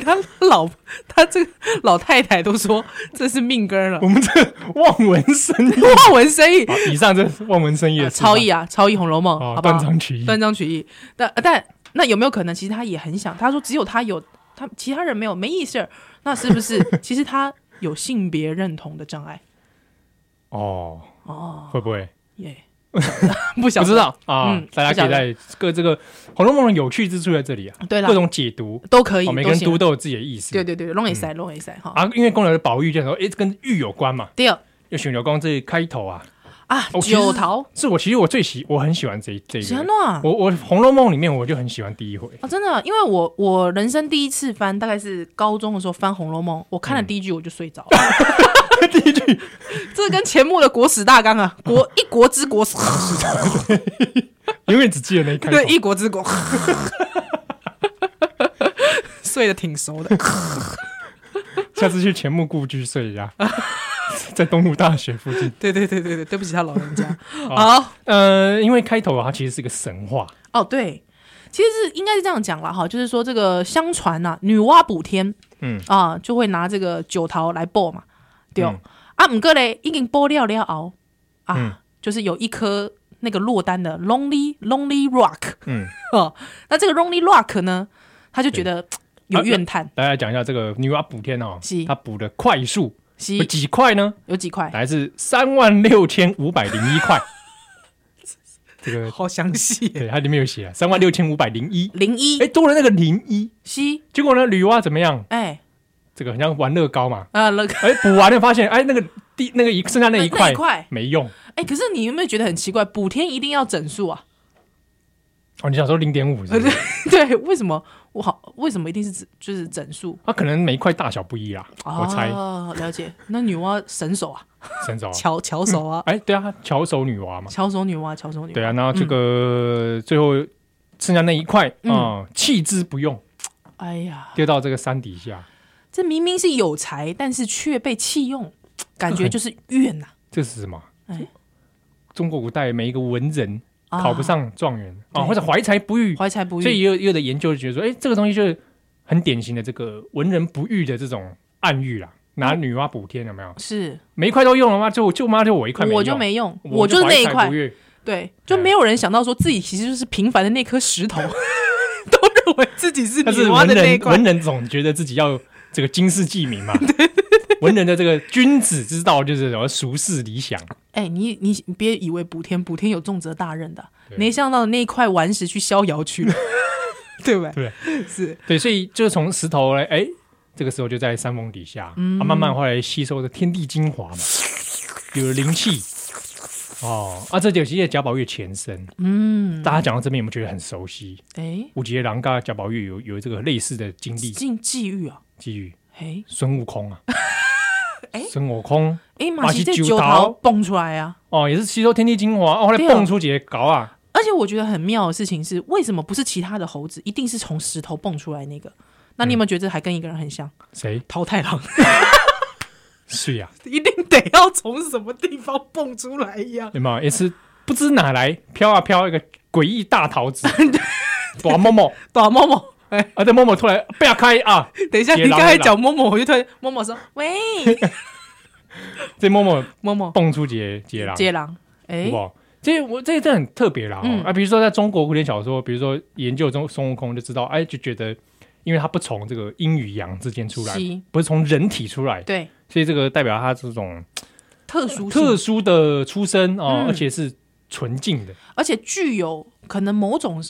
Speaker 1: 他老他这个老太太都说这是命根儿了
Speaker 2: 我。们这望文生 义，
Speaker 1: 望文生义，
Speaker 2: 好以上这是望文生义的
Speaker 1: 呃
Speaker 2: 示范
Speaker 1: 超意啊，超意《红楼梦》，
Speaker 2: 哦
Speaker 1: 好，不
Speaker 2: 断
Speaker 1: 好？
Speaker 2: 章取义，
Speaker 1: 断章取义。但但那有没有可能，其实他也很想？他说只有他有，他其他人没有，没意思儿。那是不 是其实他有性别认同的障碍？
Speaker 2: 哦哦，会不会
Speaker 1: 耶、不
Speaker 2: 不
Speaker 1: 想
Speaker 2: 知。道啊
Speaker 1: 嗯？
Speaker 2: 大
Speaker 1: 不
Speaker 2: 家
Speaker 1: 晓
Speaker 2: 可以在各这个《红楼梦》的有趣之处在这里啊，
Speaker 1: 对啦
Speaker 2: 各种解读，
Speaker 1: 都可以，
Speaker 2: 哦每
Speaker 1: 都
Speaker 2: 个人
Speaker 1: 行啊
Speaker 2: 读都有自己的意思，
Speaker 1: 对对对，弄一塞，弄一塞哈。
Speaker 2: 啊，因为功劳的宝玉就说，诶，这跟玉有关嘛，
Speaker 1: 第二
Speaker 2: 又选刘公这开头啊，
Speaker 1: 啊
Speaker 2: 哦，其实
Speaker 1: 九桃
Speaker 2: 是我其实我最喜，我很喜欢这一这一
Speaker 1: 喜
Speaker 2: 个
Speaker 1: 欢，诺啊
Speaker 2: 我我《红楼梦》里面我就很喜欢第一回，
Speaker 1: 哦，真的，因为我我人生第一次翻，大概是高中的时候翻《红楼梦》，我看了第一句我就睡着了。
Speaker 2: 嗯 第一句
Speaker 1: 这跟前幕的国史大纲啊， 国一国之国，
Speaker 2: 永远只记得那一开头
Speaker 1: 对，，一国之国， 睡得挺熟的。
Speaker 2: 下次去钱穆故居睡一下， 在东湖大学附近。
Speaker 1: 对对对对对，对不起他老人家。
Speaker 2: 哦
Speaker 1: 好，
Speaker 2: 呃，因为开头啊，它其实是个神话，
Speaker 1: 哦对，其实是应该是这样讲了哈，就是说这个相传呐、女娲补天，
Speaker 2: 嗯
Speaker 1: 啊，就会拿这个九桃来报嘛，对哦。
Speaker 2: 嗯
Speaker 1: 啊，五个嘞已经剥掉了熬啊，
Speaker 2: 嗯
Speaker 1: 就是有一颗那个落单的 lonely lonely rock
Speaker 2: 嗯，
Speaker 1: 哦，那这个 lonely rock 呢，他就觉得
Speaker 2: 啊
Speaker 1: 有怨叹，
Speaker 2: 大家讲一下这个女娲补天哦
Speaker 1: 是，
Speaker 2: 她补的块数
Speaker 1: 是
Speaker 2: 有几块呢？
Speaker 1: 有几块，
Speaker 2: 来自三万六千五百零一 块，这个
Speaker 1: 好详细耶，
Speaker 2: 对，它里面有写啊三万六千五百零一，
Speaker 1: 零一
Speaker 2: 哎，多了那个零一，
Speaker 1: 西，
Speaker 2: 结果呢，女娲怎么样？
Speaker 1: 哎
Speaker 2: 这个很像玩乐高嘛，
Speaker 1: 啊，那个
Speaker 2: 哎，补完了发现，哎，那个第那个一剩下那一
Speaker 1: 那那
Speaker 2: 块
Speaker 1: 一块
Speaker 2: 没用
Speaker 1: 哎，可是你有没有觉得很奇怪，补天一定要整数啊？
Speaker 2: 哦，你想说零点五是不是？
Speaker 1: 对，为什么我好？为什么一定是整就是整数？
Speaker 2: 它可能每一块大小不一啦，我猜，
Speaker 1: 哦，了 解。那女娲神手啊，
Speaker 2: 神手啊。
Speaker 1: 巧巧手 啊，
Speaker 2: 哎，对啊，巧手女娲嘛，
Speaker 1: 巧手嗯女娲，巧手女娲。
Speaker 2: 对啊，然后这个最后剩下那一块
Speaker 1: 嗯
Speaker 2: 啊，弃之不用，
Speaker 1: 哎呀，
Speaker 2: 丢到这个山底下，
Speaker 1: 这明明是有才，但是却被弃用，感
Speaker 2: 哎
Speaker 1: 觉就是怨啊呐、
Speaker 2: 这是什么
Speaker 1: 哎？
Speaker 2: 中国古代每一个文人
Speaker 1: 啊
Speaker 2: 考不上状元
Speaker 1: 对
Speaker 2: 啊，或者怀才不遇，
Speaker 1: 怀才不遇。
Speaker 2: 所以也有也有的研究就觉得说，哎，这个东西就是很典型的这个文人不遇的这种暗喻啦。拿女娲补天有没有？
Speaker 1: 是
Speaker 2: 每一块都用了吗？就就妈就我一块没用，
Speaker 1: 我就没用，
Speaker 2: 我
Speaker 1: 我就是那一
Speaker 2: 怀才
Speaker 1: 块
Speaker 2: 不，遇。哎
Speaker 1: 对，就没有人想到说自己其实就是平凡的那颗石头， 都认为自己是女
Speaker 2: 但是
Speaker 1: 娲
Speaker 2: 文
Speaker 1: 的那一
Speaker 2: 人
Speaker 1: 块
Speaker 2: 文。人总觉得自己要这个经世济民 嘛，文人的这个君子之道就是什么俗世理想，
Speaker 1: 哎，你你你别以为补天，补天有重责大任的，没想到那一块顽石去逍遥 去了，对不对？
Speaker 2: 对
Speaker 1: 是
Speaker 2: 对，所以就是从石头来，哎，这个时候就在山峰底下，啊，慢慢后来吸收的天地精华嘛，有了灵气。哦，啊，这就是叶贾宝玉的前身。嗯，大家讲到这边，有没有觉得很熟悉？
Speaker 1: 哎，
Speaker 2: 五杰狼跟贾宝玉有有这个类似的经历
Speaker 1: 进际遇啊，
Speaker 2: 机遇，
Speaker 1: 哎
Speaker 2: 孙悟空啊，孙悟空
Speaker 1: 哎，马西
Speaker 2: 是
Speaker 1: 这
Speaker 2: 九
Speaker 1: 九
Speaker 2: 桃
Speaker 1: 桃蹦出来啊！
Speaker 2: 哦，也是吸收天地精华，哦，后来
Speaker 1: 对哦
Speaker 2: 蹦出几个搞啊，
Speaker 1: 而且我觉得很妙的事情是，为什么不是其他的猴子，一定是从石头蹦出来那个？那你有没有觉得还跟一个人很像？
Speaker 2: 谁
Speaker 1: 桃太郎
Speaker 2: 是啊呀、
Speaker 1: 一定得要从什么地方蹦出来一样。
Speaker 2: 有没有？也是不知哪来飘啊飘一个诡异大桃子，哇，默默
Speaker 1: 短默默，哎、
Speaker 2: 啊，这默默突然不要开 啊，
Speaker 1: 等一下，
Speaker 2: 野
Speaker 1: 你
Speaker 2: 狼
Speaker 1: 刚才
Speaker 2: 野狼
Speaker 1: 讲默默，我就突然默默说：“喂，
Speaker 2: 这默默
Speaker 1: 默默，
Speaker 2: 蹦出结结啦，
Speaker 1: 接狼。哎、
Speaker 2: 哇！这我这这很特别啦、哦
Speaker 1: 嗯
Speaker 2: 啊，比如说在中国古典小说，比如说研究中孙悟空就知道，哎，就觉得因为他不从这个阴与阳之间出来
Speaker 1: 是，
Speaker 2: 不是从人体出来，
Speaker 1: 对，
Speaker 2: 所以这个代表他这种
Speaker 1: 特殊性
Speaker 2: 特殊的出身哦，
Speaker 1: 嗯
Speaker 2: 而且是纯净的，
Speaker 1: 而且具有可能某种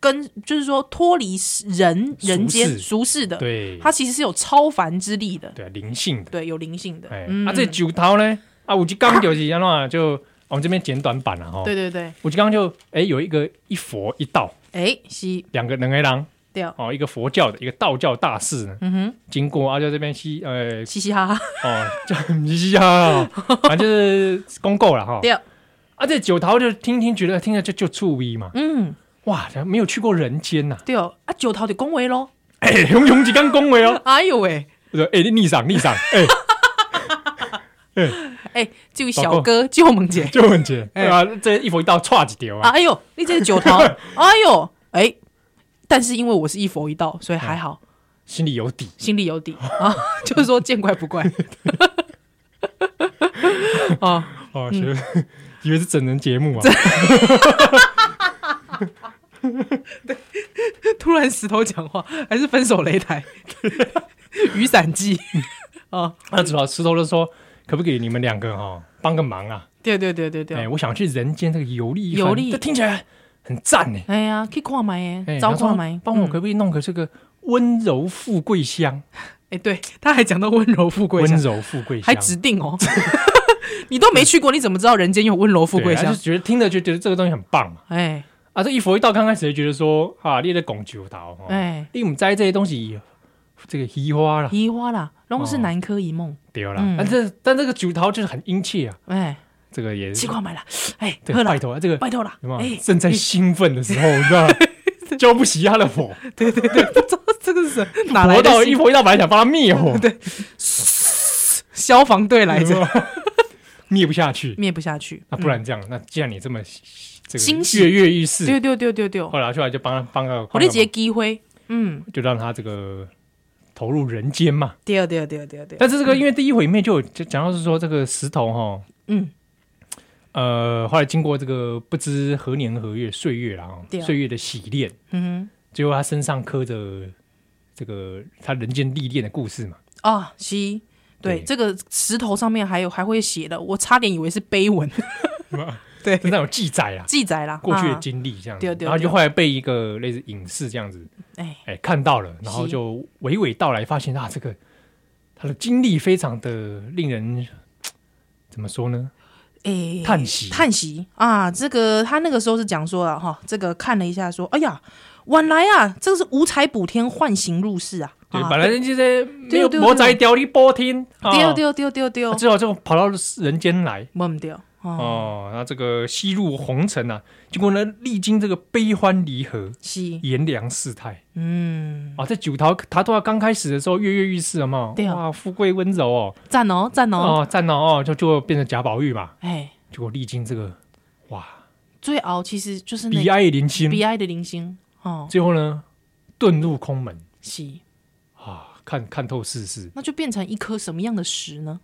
Speaker 1: 跟，就是说脱离人
Speaker 2: 世
Speaker 1: 人间俗世的，
Speaker 2: 对，
Speaker 1: 它其实是有超凡之力的，
Speaker 2: 对啊灵性的。
Speaker 1: 对，有灵性的。
Speaker 2: 哎，
Speaker 1: 嗯，
Speaker 2: 啊，这九桃呢，啊，五级刚就是安怎就我们这边简短版了哈。
Speaker 1: 对对对，
Speaker 2: 五级刚就哎有一个一佛一道
Speaker 1: 哎、是
Speaker 2: 两个能黑狼
Speaker 1: 掉，
Speaker 2: 哦，一个佛教的，一个道教大士呢，
Speaker 1: 嗯哼，
Speaker 2: 经过啊，就这边西呃
Speaker 1: 嘻嘻哈哈，
Speaker 2: 哦， 这迷西啊，反正就是公购了哈。
Speaker 1: 掉，
Speaker 2: 啊，这九桃就听听觉得听着就就触味嘛，
Speaker 1: 嗯，
Speaker 2: 哇，没有去过人间呐，
Speaker 1: 对哦，啊，九桃得恭维喽，
Speaker 2: 哎，熊熊几刚恭维哦，
Speaker 1: 哎呦喂，
Speaker 2: 我说哎你逆赏逆赏，哎，
Speaker 1: 哎、这位小哥救我们姐
Speaker 2: 就很解对吧？这一佛一道歘几条
Speaker 1: 啊，
Speaker 2: 啊，
Speaker 1: 哎呦， 你这是九桃，哎呦，哎、但是因为我是一佛一道，所以还好，
Speaker 2: 心里有底。
Speaker 1: 心里有底啊， 就是说见怪不怪。 哦，
Speaker 2: 哦，觉得、以为是 整人节目啊，
Speaker 1: 突然石头讲话，还是分手擂台、 雨伞记 哦，
Speaker 2: 那主要石头就说，可不可以你们两个哈帮个忙啊？
Speaker 1: 对对对对
Speaker 2: 哎、
Speaker 1: 对，
Speaker 2: 我想去人间这个游历一番，
Speaker 1: 游历
Speaker 2: 这听起来很赞呢、
Speaker 1: 哎呀，去看麦
Speaker 2: 哎
Speaker 1: 耶，找
Speaker 2: 他说
Speaker 1: 看麦，
Speaker 2: 帮我
Speaker 1: 嗯
Speaker 2: 可不可以弄个这个温柔富贵香？
Speaker 1: 哎，对，他还讲到温柔富贵
Speaker 2: 温
Speaker 1: 香，
Speaker 2: 柔富贵香，
Speaker 1: 还指定哦， 你都没去过，你怎么知道人间有温柔富贵
Speaker 2: 对啊
Speaker 1: 香
Speaker 2: 就？觉得听着就觉得这个东西很棒嘛。
Speaker 1: 哎
Speaker 2: 啊，这一佛一道刚开始就觉得说啊，你在拱九道，哦
Speaker 1: 哎，
Speaker 2: 你们摘这些东西，这个移花啦，
Speaker 1: 移花啦，拢
Speaker 2: 哦
Speaker 1: 是南柯一梦，
Speaker 2: 对啦。
Speaker 1: 嗯
Speaker 2: 但这但这个九桃就是很殷切啊，
Speaker 1: 哎，
Speaker 2: 这个也
Speaker 1: 去
Speaker 2: 是，
Speaker 1: 看麦啦，哎，
Speaker 2: 这
Speaker 1: 喝
Speaker 2: 个
Speaker 1: 啦
Speaker 2: 拜，托啊，这个
Speaker 1: 拜托啦
Speaker 2: 有，没
Speaker 1: 哎
Speaker 2: 有？，正在兴奋的时候，你 知道吗？浇不熄他的火，
Speaker 1: 这个是什么哪来
Speaker 2: 佛
Speaker 1: 的
Speaker 2: 道
Speaker 1: 心
Speaker 2: 一佛一道本来想帮他灭 火，对，
Speaker 1: 消防队来着，
Speaker 2: 灭不下去。
Speaker 1: 灭不下去
Speaker 2: 啊那不然这样，那既然你这么这
Speaker 1: 欣
Speaker 2: 个
Speaker 1: 喜
Speaker 2: 跃跃
Speaker 1: 嗯
Speaker 2: 欲
Speaker 1: 对
Speaker 2: 试，
Speaker 1: 对对对对，
Speaker 2: 后来就来就帮他帮个，
Speaker 1: 我
Speaker 2: 帮
Speaker 1: 的
Speaker 2: 个
Speaker 1: 几
Speaker 2: 忙
Speaker 1: 个机会，嗯，
Speaker 2: 就让他这个投入人间嘛。
Speaker 1: 对对对嗯对对，
Speaker 2: 但是这个因为第一回里面就有就讲到是说这个石头哈，
Speaker 1: 嗯，
Speaker 2: 呃，后来经过这个不知何年何月岁月啦，哦
Speaker 1: 对啊
Speaker 2: 岁月的洗练，
Speaker 1: 嗯
Speaker 2: 最后他身上刻着这个他人间历练的故事嘛。
Speaker 1: 哼，啊，是。对，
Speaker 2: 对
Speaker 1: 这个石头上面还有还会写的，我差点以为是碑文 对
Speaker 2: 身上有记载啊，
Speaker 1: 记载啦，
Speaker 2: 过去的
Speaker 1: 啊
Speaker 2: 经历这样子，
Speaker 1: 对对对
Speaker 2: 然后就后来被一个类似影视这样子，
Speaker 1: 哎
Speaker 2: 哎、看到了，然后就娓娓道来，发现啊，这个他的经历非常的令人怎么说呢？
Speaker 1: 诶，
Speaker 2: 叹息
Speaker 1: 叹息啊！这个他那个时候是讲说了哈，这个看了一下说，哎呀，晚来啊，这个是五彩补天，幻形入世啊！
Speaker 2: 对，
Speaker 1: 啊
Speaker 2: 本来就是没有
Speaker 1: 对对
Speaker 2: 魔仔雕你波天，啊
Speaker 1: 丢丢丢丢丢
Speaker 2: 啊，最后就跑到人间来
Speaker 1: 摸不掉哦，
Speaker 2: 哦。那这个西入红尘啊，结果呢，历经这个悲欢离合、
Speaker 1: 是，
Speaker 2: 炎凉世态
Speaker 1: 嗯，
Speaker 2: 啊，在九桃塔多刚开始的时候跃跃欲试了嘛，
Speaker 1: 对啊
Speaker 2: 哇，富贵温柔哦，
Speaker 1: 赞哦赞哦，
Speaker 2: 哦，赞哦哦，就就变成贾宝玉嘛。
Speaker 1: 哎，
Speaker 2: 结果历经这个哇，
Speaker 1: 最熬其实就是那
Speaker 2: 比哀临心，
Speaker 1: 悲哀的零星哦，
Speaker 2: 最后呢，遁入空门
Speaker 1: 是，
Speaker 2: 啊，看看透世事，
Speaker 1: 那就变成一颗什么样的石呢？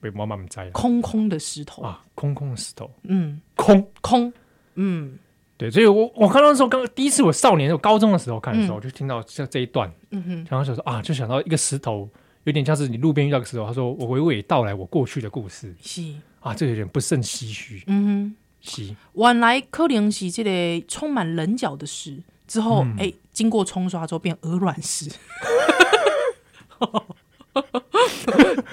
Speaker 2: 被妈妈们摘了
Speaker 1: 空空的石头，
Speaker 2: 啊，空空的石头，
Speaker 1: 嗯，
Speaker 2: 空。
Speaker 1: 空，嗯
Speaker 2: 对，所以我我看到的时候，刚第一次我少年，我高中的时候看的时候，
Speaker 1: 嗯
Speaker 2: 我就听到这这一段，
Speaker 1: 嗯哼，
Speaker 2: 然后想说啊，就想到一个石头，有点像是你路边遇到一个石头，他说我娓娓道来我过去的故事
Speaker 1: 是，
Speaker 2: 啊，这有点不胜唏嘘，
Speaker 1: 嗯哼。
Speaker 2: 唏
Speaker 1: 原来可能是这个充满棱角的石，之后哎、诶经过冲刷之后变鹅卵 石。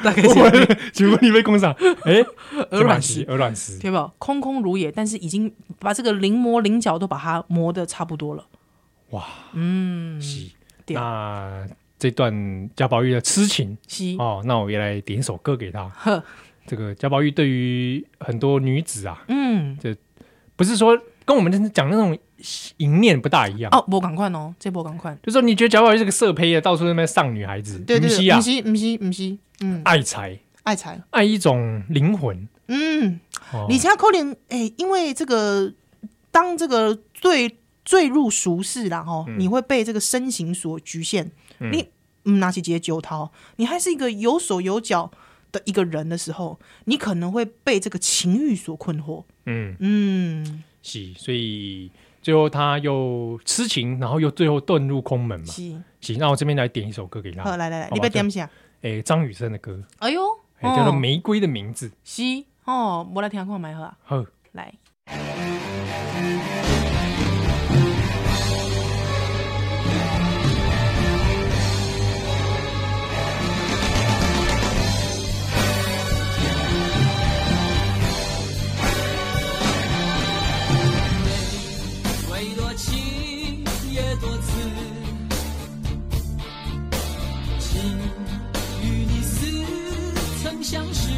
Speaker 1: 大概是这样
Speaker 2: 请问你被工厂？哎，
Speaker 1: 鹅卵石
Speaker 2: 这蛮奇，鹅卵石，
Speaker 1: 对吧？空空如也，但是已经把这个临摹棱角都把它磨得差不多了。
Speaker 2: 哇，
Speaker 1: 嗯，
Speaker 2: 唏。
Speaker 1: 对
Speaker 2: 那这段贾宝玉的痴情
Speaker 1: 西
Speaker 2: 哦，那我也来点一首歌给他。
Speaker 1: 嗯呵，
Speaker 2: 这个贾宝玉对于很多女子啊，
Speaker 1: 嗯，
Speaker 2: 不是说跟我们讲的那种淫念不大一样。
Speaker 1: 哦，我赶快哦，这波赶快。
Speaker 2: 就说你觉得贾宝玉是个色胚啊，到处在那边上女孩子，
Speaker 1: 对对，
Speaker 2: 不是
Speaker 1: 对
Speaker 2: 啊
Speaker 1: 不，是不是不是，嗯，
Speaker 2: 爱财，
Speaker 1: 爱财，
Speaker 2: 爱一种灵魂。
Speaker 1: 嗯，
Speaker 2: 哦
Speaker 1: 李家可能哎、因为这个当这个坠坠入俗世啦，吼，你会被这个身形所局限。你嗯拿起这些酒桃，你还是一个有手有脚的一个人的时候，你可能会被这个情欲所困惑。
Speaker 2: 嗯，
Speaker 1: 嗯，
Speaker 2: 是，所以最后他又痴情，然后又最后遁入空门嘛。
Speaker 1: 是，
Speaker 2: 行，那我这边来点一首歌给他。
Speaker 1: 嗯好，来来来，
Speaker 2: 好吧
Speaker 1: 你别点一下。
Speaker 2: 诶，张雨生的歌，
Speaker 1: 哎呦，
Speaker 2: 诶叫做《
Speaker 1: 哦
Speaker 2: 玫瑰的名字》。
Speaker 1: 是哦，我来听看买好啊，
Speaker 2: 呵，
Speaker 1: 来，
Speaker 5: 为多情也多痴，情与你似曾相识，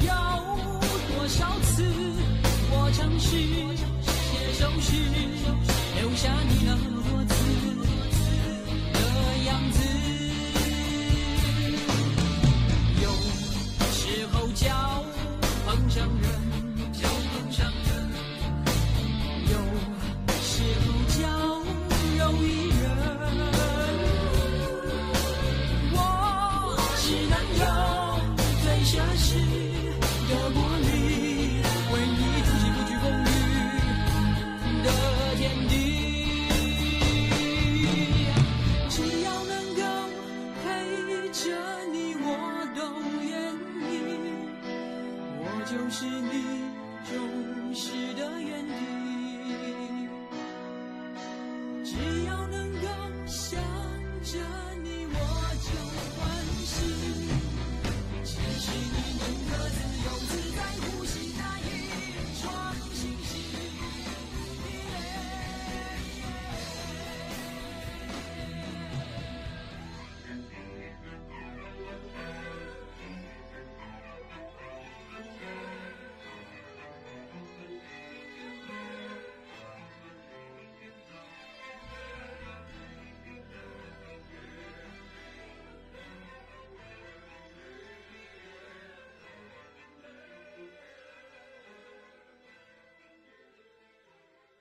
Speaker 5: 有多少次我尝试写首诗，留下你那多姿的样子。有时候交碰上人，交碰上人；有时候娇柔一人，这。